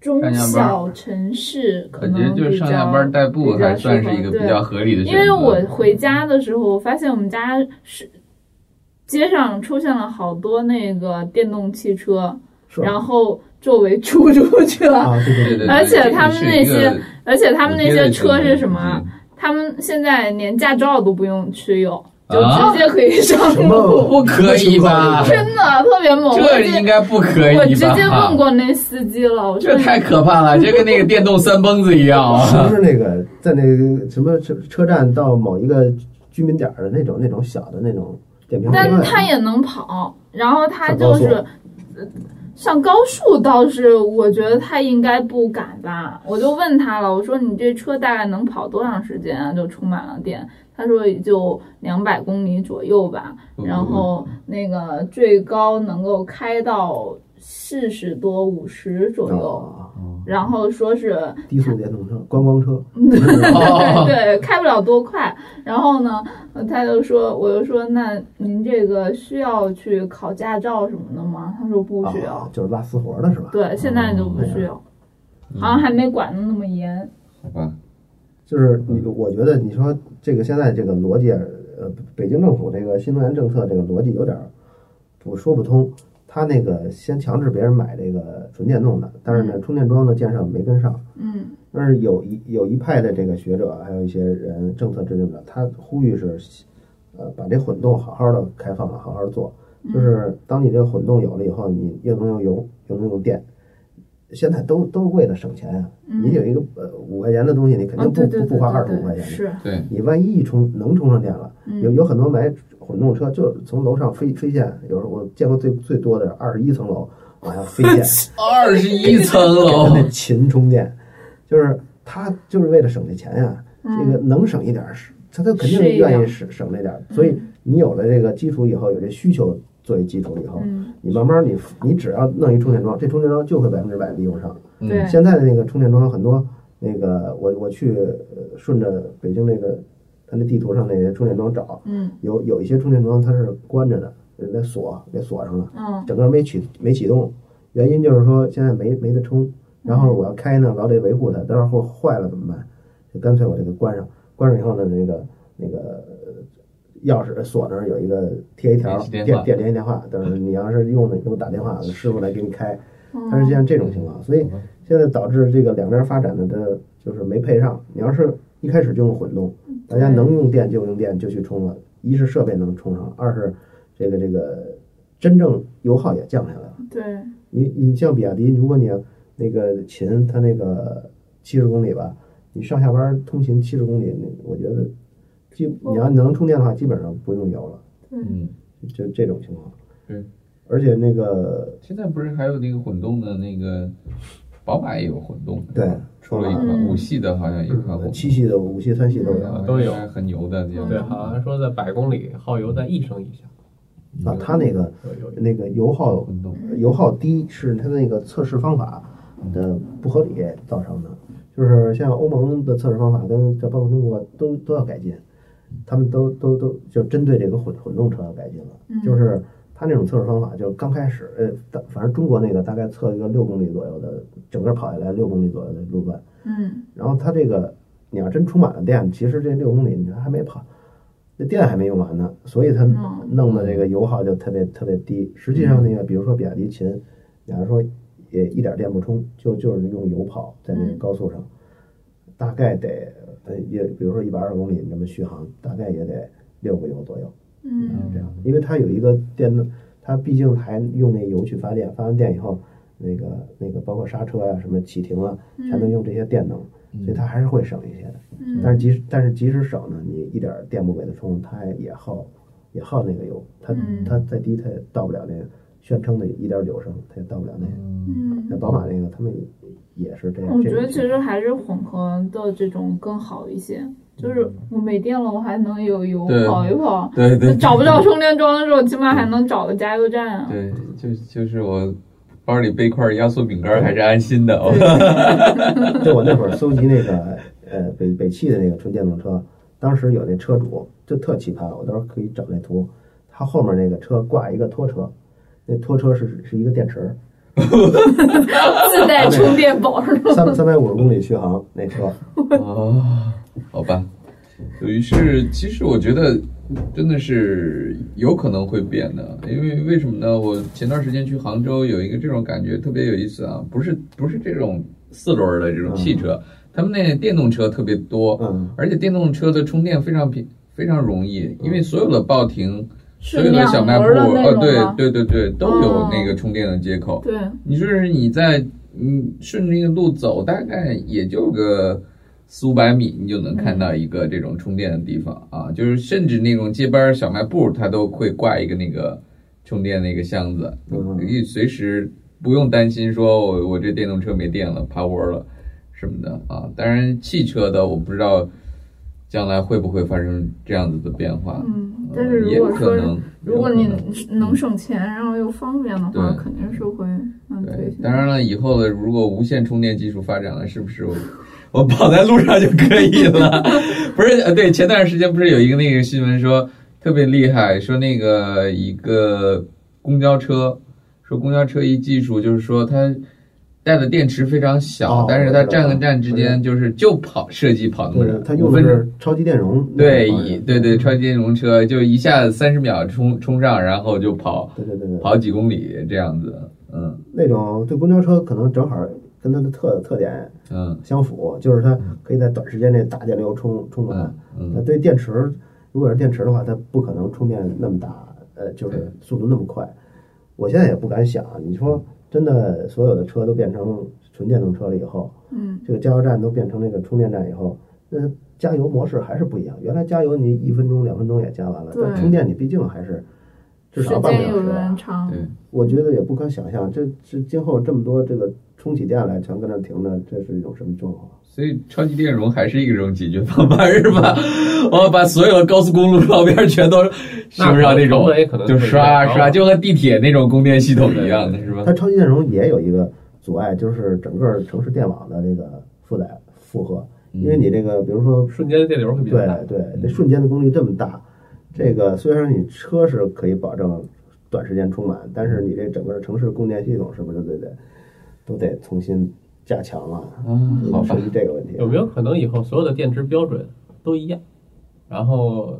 Speaker 7: 中
Speaker 2: 上下班
Speaker 7: 小城市，
Speaker 2: 我
Speaker 7: 可
Speaker 2: 觉得
Speaker 7: 能
Speaker 2: 就
Speaker 7: 比
Speaker 2: 是上下
Speaker 7: 较
Speaker 2: 班代步
Speaker 7: 比较
Speaker 2: 还算
Speaker 7: 适
Speaker 2: 是
Speaker 7: 合
Speaker 2: 一个
Speaker 7: 对
Speaker 2: 比较合理的选
Speaker 7: 因
Speaker 2: 择，
Speaker 7: 为我回家的时候，我发现我们家是街上出现了好多那个电动汽车，
Speaker 8: 是
Speaker 7: 然后作为出租车，
Speaker 8: 啊，对
Speaker 2: 对
Speaker 8: 对
Speaker 2: 对对，
Speaker 8: 对，
Speaker 7: 而且
Speaker 2: 这个
Speaker 7: 他们
Speaker 2: 是
Speaker 7: 那
Speaker 2: 一
Speaker 7: 些
Speaker 2: 个
Speaker 7: 而且他们那些车是什么啊？
Speaker 2: 嗯？
Speaker 7: 他们现在连驾照都不用持有，就
Speaker 2: 啊
Speaker 7: 直接可以上
Speaker 8: 什
Speaker 7: 路，
Speaker 8: 么
Speaker 2: 不可以吧？
Speaker 7: 真的特别猛。我
Speaker 2: 这
Speaker 7: 直接
Speaker 2: 应该不可以吧？
Speaker 7: 我直接问过那司机了，我说
Speaker 2: 这太可怕了，这跟那个电动三蹦子一样
Speaker 8: 是不
Speaker 2: 啊！
Speaker 8: 是那个在那个什么车车站到某一个居民点儿的那种那种小的那种电瓶车啊
Speaker 7: 但
Speaker 8: 呀？
Speaker 7: 是他也能跑，然后他
Speaker 8: 上
Speaker 7: 就
Speaker 8: 高速
Speaker 7: 是呃上高速倒是我觉得他应该不敢吧，我就问他了，我说你这车大概能跑多长时间啊？就充满了电，他说也就两百
Speaker 2: 嗯
Speaker 7: 公里左右吧，然后那个最高能够开到四十多五十左
Speaker 2: 哦
Speaker 7: 右，
Speaker 8: 啊，
Speaker 7: 然后说是
Speaker 8: 低速电动车、观光车，
Speaker 2: 哦
Speaker 8: 哦
Speaker 7: 对对，开不了多快。然后呢，呃他就说，我就说，那您这个需要去考驾照什么的吗？他说不需要
Speaker 8: 啊，，就是拉私活的是吧？
Speaker 7: 对，现在就不需
Speaker 8: 哦
Speaker 7: 要，
Speaker 8: 嗯
Speaker 7: 好像还没管的那么严。
Speaker 2: 好吧，
Speaker 8: 就是你，我觉得你说这个现在这个逻辑，呃，北京政府这个新能源政策这个逻辑有点儿不说不通。他那个先强制别人买这个纯电动的，但是呢，充电桩的建设没跟上。
Speaker 7: 嗯
Speaker 8: 但是有一有一派的这个学者，还有一些人政策制定者，他呼吁是，呃，把这混动好好的开放了，好好地做。就是当你这个混动有了以后，你又能用油，又能用电，现在都都是为了省钱啊。你有
Speaker 7: 嗯，
Speaker 8: 一个呃五块钱的东西，你肯
Speaker 7: 啊
Speaker 8: 定不、
Speaker 7: 对对
Speaker 8: 不
Speaker 7: 对
Speaker 8: 不花二十
Speaker 7: 对
Speaker 8: 五块
Speaker 7: 对，
Speaker 8: 钱的。
Speaker 7: 是，
Speaker 2: 对，
Speaker 8: 你万一一充能充上电了，有
Speaker 7: 嗯
Speaker 8: 有很多买混动车就是从楼上飞飞线，有时候我见过最最多的二十一层楼往下飞 线，
Speaker 5: 二十 一层
Speaker 8: 给他
Speaker 5: 楼，
Speaker 8: 那勤充电，就是他就是为了省这钱呀、这个
Speaker 7: 嗯
Speaker 8: 能省一点儿是，他他肯定
Speaker 7: 是一嗯
Speaker 8: 愿意
Speaker 7: 样
Speaker 8: 省省这点儿。所以你有了这个基础以后，有这需求作为基础以后，
Speaker 7: 嗯，
Speaker 8: 你慢慢你你只要弄一充电桩，这充电桩就会百分之百利用上。
Speaker 7: 对，
Speaker 8: 现在的那个充电桩很多，那个我我去呃顺着北京那个它那地图上那些充电桩找，
Speaker 7: 嗯
Speaker 8: 有有一些充电桩它是关着的，那锁给锁上了，
Speaker 7: 嗯
Speaker 8: 整个没启没启动，原因就是说现在没没得充，然后我要开呢老得维护它，待会儿坏了怎么办？就干脆我这个关上，关上以后呢那个那个。呃钥匙锁那儿有一个贴一条
Speaker 2: 联系电
Speaker 8: 电
Speaker 2: 话
Speaker 8: 电联系电话，等你要是用的给我打电话，师傅来给你开。它是
Speaker 7: 嗯，
Speaker 8: 现在这种情况，所
Speaker 2: 嗯
Speaker 8: 以现在导致这个两边发展的这就是没配上。你要是一开始就用混动，大家能用电就用电就去充了，一是设备能充上，二是这个这个真正油耗也降下来了。
Speaker 7: 对，
Speaker 8: 你你像比亚迪，如果你要那个秦它那个七十公里吧，你上下班通勤七十公里，那我觉得基你要能充电的话，基本上不用油了，
Speaker 2: 嗯，
Speaker 8: 就这种情况。
Speaker 2: 对，
Speaker 8: 而且那个
Speaker 2: 现在不是还有那个混动的那个，宝马也有混动，
Speaker 8: 对
Speaker 2: 出了一款
Speaker 7: 嗯
Speaker 2: 五系的，好像有一款混动，
Speaker 8: 嗯七系的、五系、三系都有。
Speaker 2: 嗯
Speaker 9: 都有
Speaker 2: 很牛的，这
Speaker 9: 对，
Speaker 2: 个
Speaker 9: 好像说在百公里耗油在一升以下，
Speaker 8: 啊，它那个
Speaker 9: 有有
Speaker 8: 那个油耗
Speaker 2: 混动，
Speaker 8: 油耗低是它那个测试方法的不合理造成的，就是像欧盟的测试方法跟这包括中国都都要改进，他们都都都就针对这个混混动车要改进
Speaker 7: 嗯
Speaker 8: 了，就是它那种测试方法，就刚开始呃，但反正中国那个大概测一个六公里左右的，整个跑下来六公里左右的路段，
Speaker 7: 嗯
Speaker 8: 然后它这个你要真充满了电，其实这六公里你还没跑，那电还没用完呢，所以它
Speaker 7: 嗯
Speaker 8: 弄的这个油耗就特别特别低。实际上那个，比如说比亚迪秦，假如说也一点电不充，就就是用油跑在那个
Speaker 7: 嗯
Speaker 8: 高速上，大概得呃也比如说一百二十公里那么续航，大概也得六个油左右
Speaker 7: 嗯
Speaker 8: 这样，因为它有一个电动，它毕竟还用那油去发电，发完电以后。那个那个包括刹车啊，什么启停啊，
Speaker 7: 嗯
Speaker 8: 全都用这些电能，所以它还是会省一些的。但
Speaker 7: 嗯
Speaker 8: 是即使但是即使省呢，你一点儿电不给它充，它也耗也耗那个油，它、
Speaker 7: 嗯
Speaker 8: 它再低它也到不了那个宣称的一点九升，它也到不了那个。
Speaker 7: 嗯
Speaker 8: 那。宝马那个他们也是这样。
Speaker 7: 我
Speaker 8: 这
Speaker 7: 觉
Speaker 8: 种
Speaker 7: 得其
Speaker 8: 情
Speaker 7: 实
Speaker 8: 况
Speaker 7: 还是混合的这种更好一些，就是
Speaker 8: 嗯
Speaker 7: 我没电了，我还能有油
Speaker 2: 对
Speaker 7: 跑一 跑。
Speaker 2: 对对
Speaker 7: 找不到充电桩的时候，起码还能找个加油站啊。
Speaker 2: 对，就就是我包里背块压缩饼干还是安心的哦。
Speaker 8: 就我那会儿搜集那个呃北北汽的那个纯电动车，当时有那车主就特奇葩，我到时候可以找那图，他后面那个车挂一个拖车，那拖车是是一个电池儿，
Speaker 7: 自带充电宝是吧？
Speaker 8: 三三百五十公里续航那车，
Speaker 2: 哦， 好吧。于是，其实我觉得真的是有可能会变的，因为为什么呢？我前段时间去杭州有一个这种感觉特别有意思啊，不是不是这种四轮儿的这种汽车，他们那电动车特别多，
Speaker 8: 嗯，
Speaker 2: 而且电动车的充电非常平非常容易，因为所有的报停、 所有的
Speaker 7: 两
Speaker 2: 小
Speaker 7: 轮
Speaker 2: 卖部，
Speaker 7: 儿的那
Speaker 2: 呃，
Speaker 7: 种吗？
Speaker 2: 对对对对，都有
Speaker 7: 哦
Speaker 2: 那个充电的接口。
Speaker 7: 对，
Speaker 2: 你说是你在嗯顺着那个路走，大概也就个四五百米，你就能看到一个这种充电的地方啊。就是甚至那种街边儿小卖部，它都会挂一个那个充电那个箱子，
Speaker 8: 嗯
Speaker 2: 你可以随时不用担心说我我这电动车没电了，趴窝了什么的啊。当然，汽车的我不知道将来会不会发生这样子的变化。啊
Speaker 7: 嗯，但是
Speaker 2: 也
Speaker 7: 如果
Speaker 2: 可
Speaker 7: 说
Speaker 2: 能，
Speaker 7: 如果
Speaker 2: 也
Speaker 7: 你
Speaker 2: 可能
Speaker 7: 能省钱，然后又方便的话，
Speaker 2: 对
Speaker 7: 肯定是会嗯
Speaker 2: 对
Speaker 7: 推，
Speaker 2: 当
Speaker 7: 荐。
Speaker 2: 然了，以后的如果无线充电技术发展了，是不是我我跑在路上就可以了？ 不是，呃对，前段时间不是有一个那个新闻说特别厉害，说那个一个公交车，说公交车一技术就是说它带的电池非常小，
Speaker 8: 哦
Speaker 2: 但是它
Speaker 8: 我知道
Speaker 2: 站跟站之间就是就跑设计跑那么
Speaker 8: 对，
Speaker 2: 长，
Speaker 8: 它
Speaker 2: 啊五
Speaker 8: 用的
Speaker 2: 分钟
Speaker 8: 是超级电容那
Speaker 2: 对，
Speaker 8: 种方式，
Speaker 2: 一对对，穿电容车就一下子三十秒冲冲上，然后就跑
Speaker 8: 对对对对，
Speaker 2: 跑几公里这样子，嗯
Speaker 8: 那种对公交车可能正好跟它的特特点
Speaker 2: 嗯
Speaker 8: 相符，就是它可以在短时间内大电流充充满。那
Speaker 2: 嗯，
Speaker 8: 对电池，如果是电池的话，它不可能充电那么大，呃，就是
Speaker 2: 对嗯
Speaker 8: 速度那么快。我现在也不敢想，你说真的，所有的车都变成纯电动车了以后，
Speaker 7: 嗯，
Speaker 8: 这个加油站都变成那个充电站以后，那加油模式还是不一样。原来加油你一分钟、两分钟也加完了，
Speaker 7: 对
Speaker 8: 但充电你毕竟还是至
Speaker 7: 时
Speaker 8: 少半个
Speaker 7: 间
Speaker 8: 小
Speaker 7: 有
Speaker 8: 时吧
Speaker 7: 人。长
Speaker 2: 对，
Speaker 8: 我觉得也不可想象，这这今后这么多这个充起电来全搁那停着，这是一种什么状况？
Speaker 2: 所以超级电容还是一种解决方法，是吧？我把所有的高速公路旁边全都是不是要那种
Speaker 9: 那可能
Speaker 2: 就刷啊
Speaker 9: 可能
Speaker 2: 刷，就和地铁那种供电系统一样的是吧？
Speaker 8: 它超级电容也有一个阻碍，就是整个城市电网的这个负载负荷，因为你这个比如说
Speaker 9: 瞬间电流会比较大
Speaker 8: 对。对，这瞬间的功率这么大，这个虽然你车是可以保证短时间充满，但是你这整个城市供电系统是不是都得都得重新加强了？
Speaker 2: 嗯啊，好
Speaker 8: 涉
Speaker 2: 吧，
Speaker 8: 及这个问题，
Speaker 9: 有没有可能以后所有的电池标准都一样，然后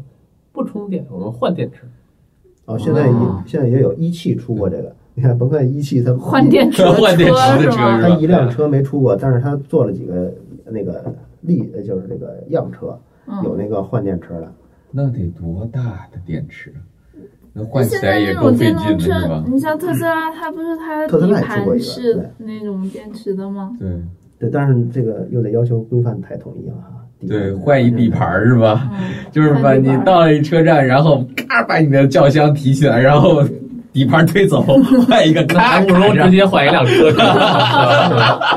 Speaker 9: 不充电，我们换电 池？
Speaker 8: 哦，现在也现在也有一汽出过这个， 你看甭看一汽它
Speaker 7: 换电池的
Speaker 2: 换电池的车
Speaker 7: 车是吗？
Speaker 8: 它一辆车没出过，但是它做了几个那个例，呃就是那个样车，有
Speaker 7: 嗯，
Speaker 8: 那个换电池的。
Speaker 2: 那得多大的电池啊？那换起
Speaker 7: 现
Speaker 2: 来
Speaker 7: 在
Speaker 2: 也
Speaker 7: 那
Speaker 2: 够
Speaker 7: 种
Speaker 2: 费
Speaker 7: 电
Speaker 2: 劲
Speaker 7: 动
Speaker 2: 的是吧
Speaker 7: 车，？你像特斯拉，它不是它
Speaker 8: 特
Speaker 7: 的
Speaker 8: 斯
Speaker 7: 底
Speaker 8: 拉也出过一
Speaker 7: 盘
Speaker 8: 个对
Speaker 7: 是那种电池的 吗？
Speaker 2: 对
Speaker 8: 对，但是这个又得要求规范太统一了哈。底
Speaker 2: 对，换一底盘
Speaker 8: 儿，
Speaker 2: 儿是吧？
Speaker 7: 嗯，
Speaker 2: 就是把你到了一车站，然后咔把你的轿厢提起来，然后底盘推走，换一个
Speaker 9: 那
Speaker 2: 咔
Speaker 9: 还不如
Speaker 2: 咔
Speaker 9: 直
Speaker 2: 上。
Speaker 9: 接换一辆车。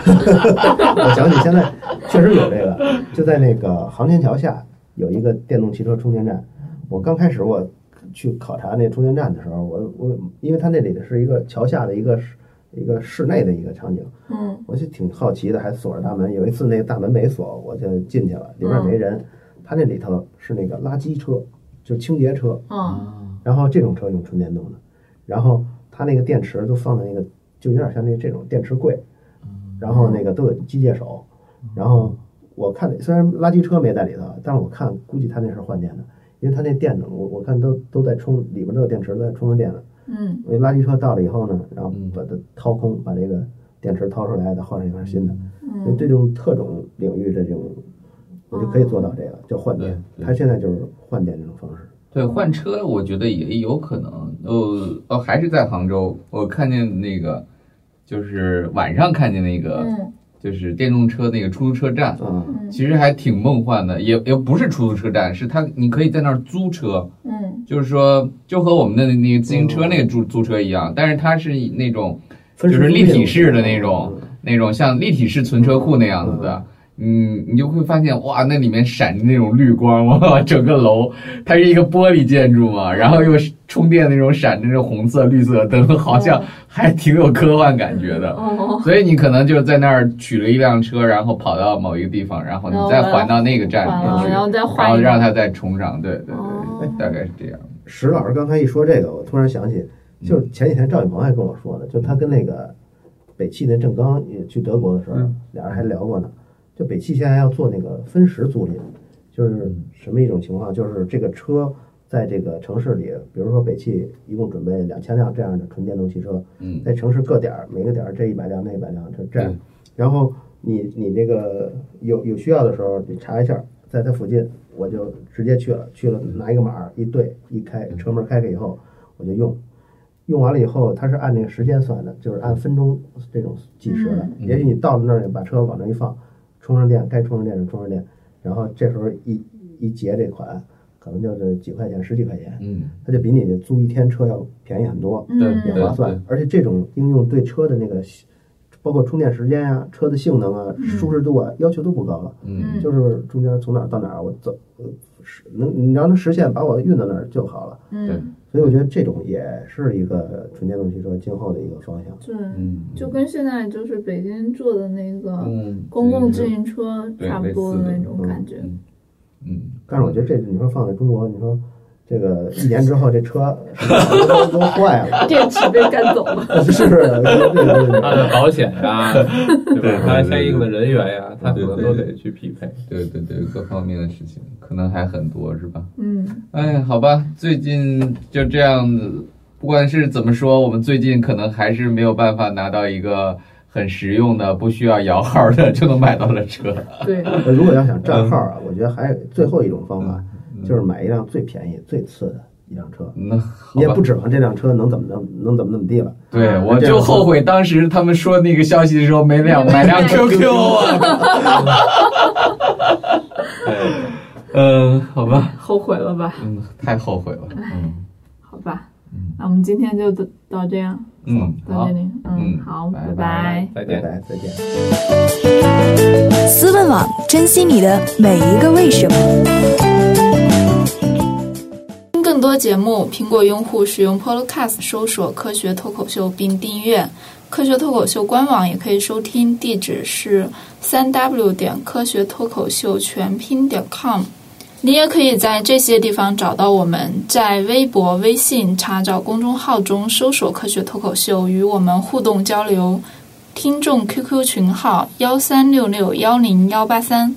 Speaker 8: 我想起现在确实有这个，就在那个航天桥下有一个电动汽车充电站。我刚开始我去考察那充电站的时候，我我因为它那里是一个桥下的一个室一个室内的一个场景，
Speaker 7: 嗯，
Speaker 8: 我就挺好奇的，还锁着大门。有一次那个大门没锁，我就进去了，里边没人。他那里头是那个垃圾车，就是清洁车，
Speaker 7: 嗯，
Speaker 8: 然后这种车用纯电动的，然后它那个电池都放在那个，就有点像那这种电池柜，然后那个都有机械手，然后我看虽然垃圾车没在里头，但是我看估计它那是换电的，因为它那电呢，我我看都都在充，里面都有电池都在充着电呢。
Speaker 7: 嗯，
Speaker 8: 因为垃圾车到了以后呢，然后
Speaker 2: 嗯
Speaker 8: 把它掏空，把这个电池掏出来，再换上一块新的。
Speaker 2: 嗯
Speaker 7: 嗯
Speaker 8: 就这种特种领域的这种，我就可以做到这个，就换电。
Speaker 2: 对对
Speaker 8: 它现在就是换电这种方式。
Speaker 2: 对，换车我觉得也有可能。哦哦，还是在杭州，我看见那个，就是晚上看见那个，
Speaker 7: 嗯，
Speaker 2: 就是电动车那个出租车站，
Speaker 8: 嗯，
Speaker 2: 其实还挺梦幻的，也也不是出租车站，是它你可以在那儿租车。
Speaker 7: 嗯，
Speaker 2: 就是说，就和我们的那个自行车那个租租车一样，但是它是以那种就
Speaker 8: 分时
Speaker 2: 是
Speaker 8: 租
Speaker 2: 立体
Speaker 8: 赁
Speaker 2: 式的那种
Speaker 8: 嗯
Speaker 2: 那种像立体式存车库那样子的。嗯，你就会发现哇，那里面闪着那种绿光，哇，整个楼它是一个玻璃建筑嘛，然后又是充电那种闪着那种红色、绿色的灯，好像还挺有科幻感觉的。
Speaker 7: 哦，
Speaker 2: 所以你可能就是在那儿取了一辆车，然后跑到某一个地方，然
Speaker 7: 哦
Speaker 2: 后你再还到那个站里
Speaker 7: 完
Speaker 2: 面
Speaker 7: 了，
Speaker 2: 去，
Speaker 7: 啊然后再
Speaker 2: 然
Speaker 7: 换
Speaker 2: 后
Speaker 7: 一
Speaker 2: 让
Speaker 7: 个，
Speaker 2: 它再充上。对对对，
Speaker 7: 哦，
Speaker 2: 大概是这样。
Speaker 8: 石老师刚才一说这个，我突然想起，
Speaker 2: 嗯
Speaker 8: 就是前几天赵宇鹏还跟我说呢，就是他跟那个北汽那郑刚也去德国的时候，
Speaker 2: 嗯
Speaker 8: 俩人还聊过呢。就北汽现在要做那个分时租赁，就是
Speaker 2: 嗯
Speaker 8: 什么一种情况？就是这个车在这个城市里，比如说北汽一共准备两千辆这样的纯电动汽车，
Speaker 2: 嗯
Speaker 8: 在城市各点儿每个点儿这一百辆那一百辆这这样
Speaker 2: 对，
Speaker 8: 然后你你那个有有需要的时候你查一下，在它附近我就直接去了，去了拿一个码儿一对一开车门开开以后我就用，用完了以后它是按那个时间算的，就是按分钟这种计时的，也许你到了那儿把车往那儿一放，充上电该充上电就充上电，然后这时候一一结这款可能就是几块钱十几块钱，
Speaker 2: 嗯，
Speaker 8: 它就比你租一天车要便宜很多。
Speaker 2: 对
Speaker 7: 嗯
Speaker 8: 也
Speaker 2: 对
Speaker 8: 划算
Speaker 2: 对。
Speaker 8: 而且这种应用对车的那个包括充电时间啊、车的性能啊、
Speaker 7: 嗯
Speaker 8: 舒适度啊，要求都不高了。
Speaker 2: 嗯
Speaker 8: 就是中间从哪儿到哪儿，我走，呃实能你让它实现把我运到那儿就好了。
Speaker 7: 嗯，
Speaker 8: 所以我觉得这种也是一个纯电动汽车今后的一个方向。
Speaker 7: 对，
Speaker 2: 嗯
Speaker 7: 就跟现在就是北京做的那个
Speaker 2: 嗯，
Speaker 7: 公共自行车
Speaker 2: 对
Speaker 7: 差不多
Speaker 2: 类似
Speaker 7: 的
Speaker 2: 的
Speaker 7: 那种感觉。
Speaker 2: 嗯，
Speaker 8: 但是我觉得这你说放在中国，你说这个一年之后 这车都都坏了，
Speaker 7: 电池被干走了，
Speaker 8: 是不是？我觉得这个
Speaker 9: 他的保险 呀，对
Speaker 2: 对
Speaker 9: 吧？他相应的人员呀，他可能
Speaker 2: 对
Speaker 9: 都得去匹配。
Speaker 2: 对对对，各方面的事情可能还很多是吧？
Speaker 7: 嗯，
Speaker 2: 哎，好吧，最近就这样子。不管是怎么说，我们最近可能还是没有办法拿到一个很实用的、不需要摇号的就能买到的车。
Speaker 7: 对，
Speaker 8: 我如果要想占号啊，我觉得还有最后一种方法
Speaker 2: 嗯，
Speaker 8: 就是买一辆最便宜、最次的一辆车。
Speaker 2: 那好
Speaker 8: 你也
Speaker 2: 吧
Speaker 8: 不，指望这辆车能怎么能能怎么怎么地了，
Speaker 2: 嗯对我就后悔当时他们说那个消息的时候没辆买 辆 QQ 啊。嗯，好吧，
Speaker 7: 后悔了吧？
Speaker 2: 嗯，太后悔了。嗯
Speaker 7: 好吧
Speaker 2: 嗯，
Speaker 7: 那我们今天就到到这样，
Speaker 2: 嗯，
Speaker 7: 到
Speaker 2: 好
Speaker 7: 这。里，嗯，
Speaker 2: 嗯
Speaker 7: 好，
Speaker 2: 拜
Speaker 7: 拜
Speaker 2: 拜
Speaker 7: 拜。
Speaker 9: 再见
Speaker 8: 拜。拜，哎再见。
Speaker 10: 思问网，珍惜你的每一个为什么。
Speaker 11: 听更多节目，苹果用户使用 Podcast 搜索“科学脱口秀”并订阅。科学脱口秀官网也可以收听，地址是三 w 点科学脱口秀全拼点 com。你也可以在这些地方找到我们，在微博、微信查找公众号中搜索“科学脱口秀”，与我们互动交流。听众 QQ 群号：幺三六六幺零幺八三。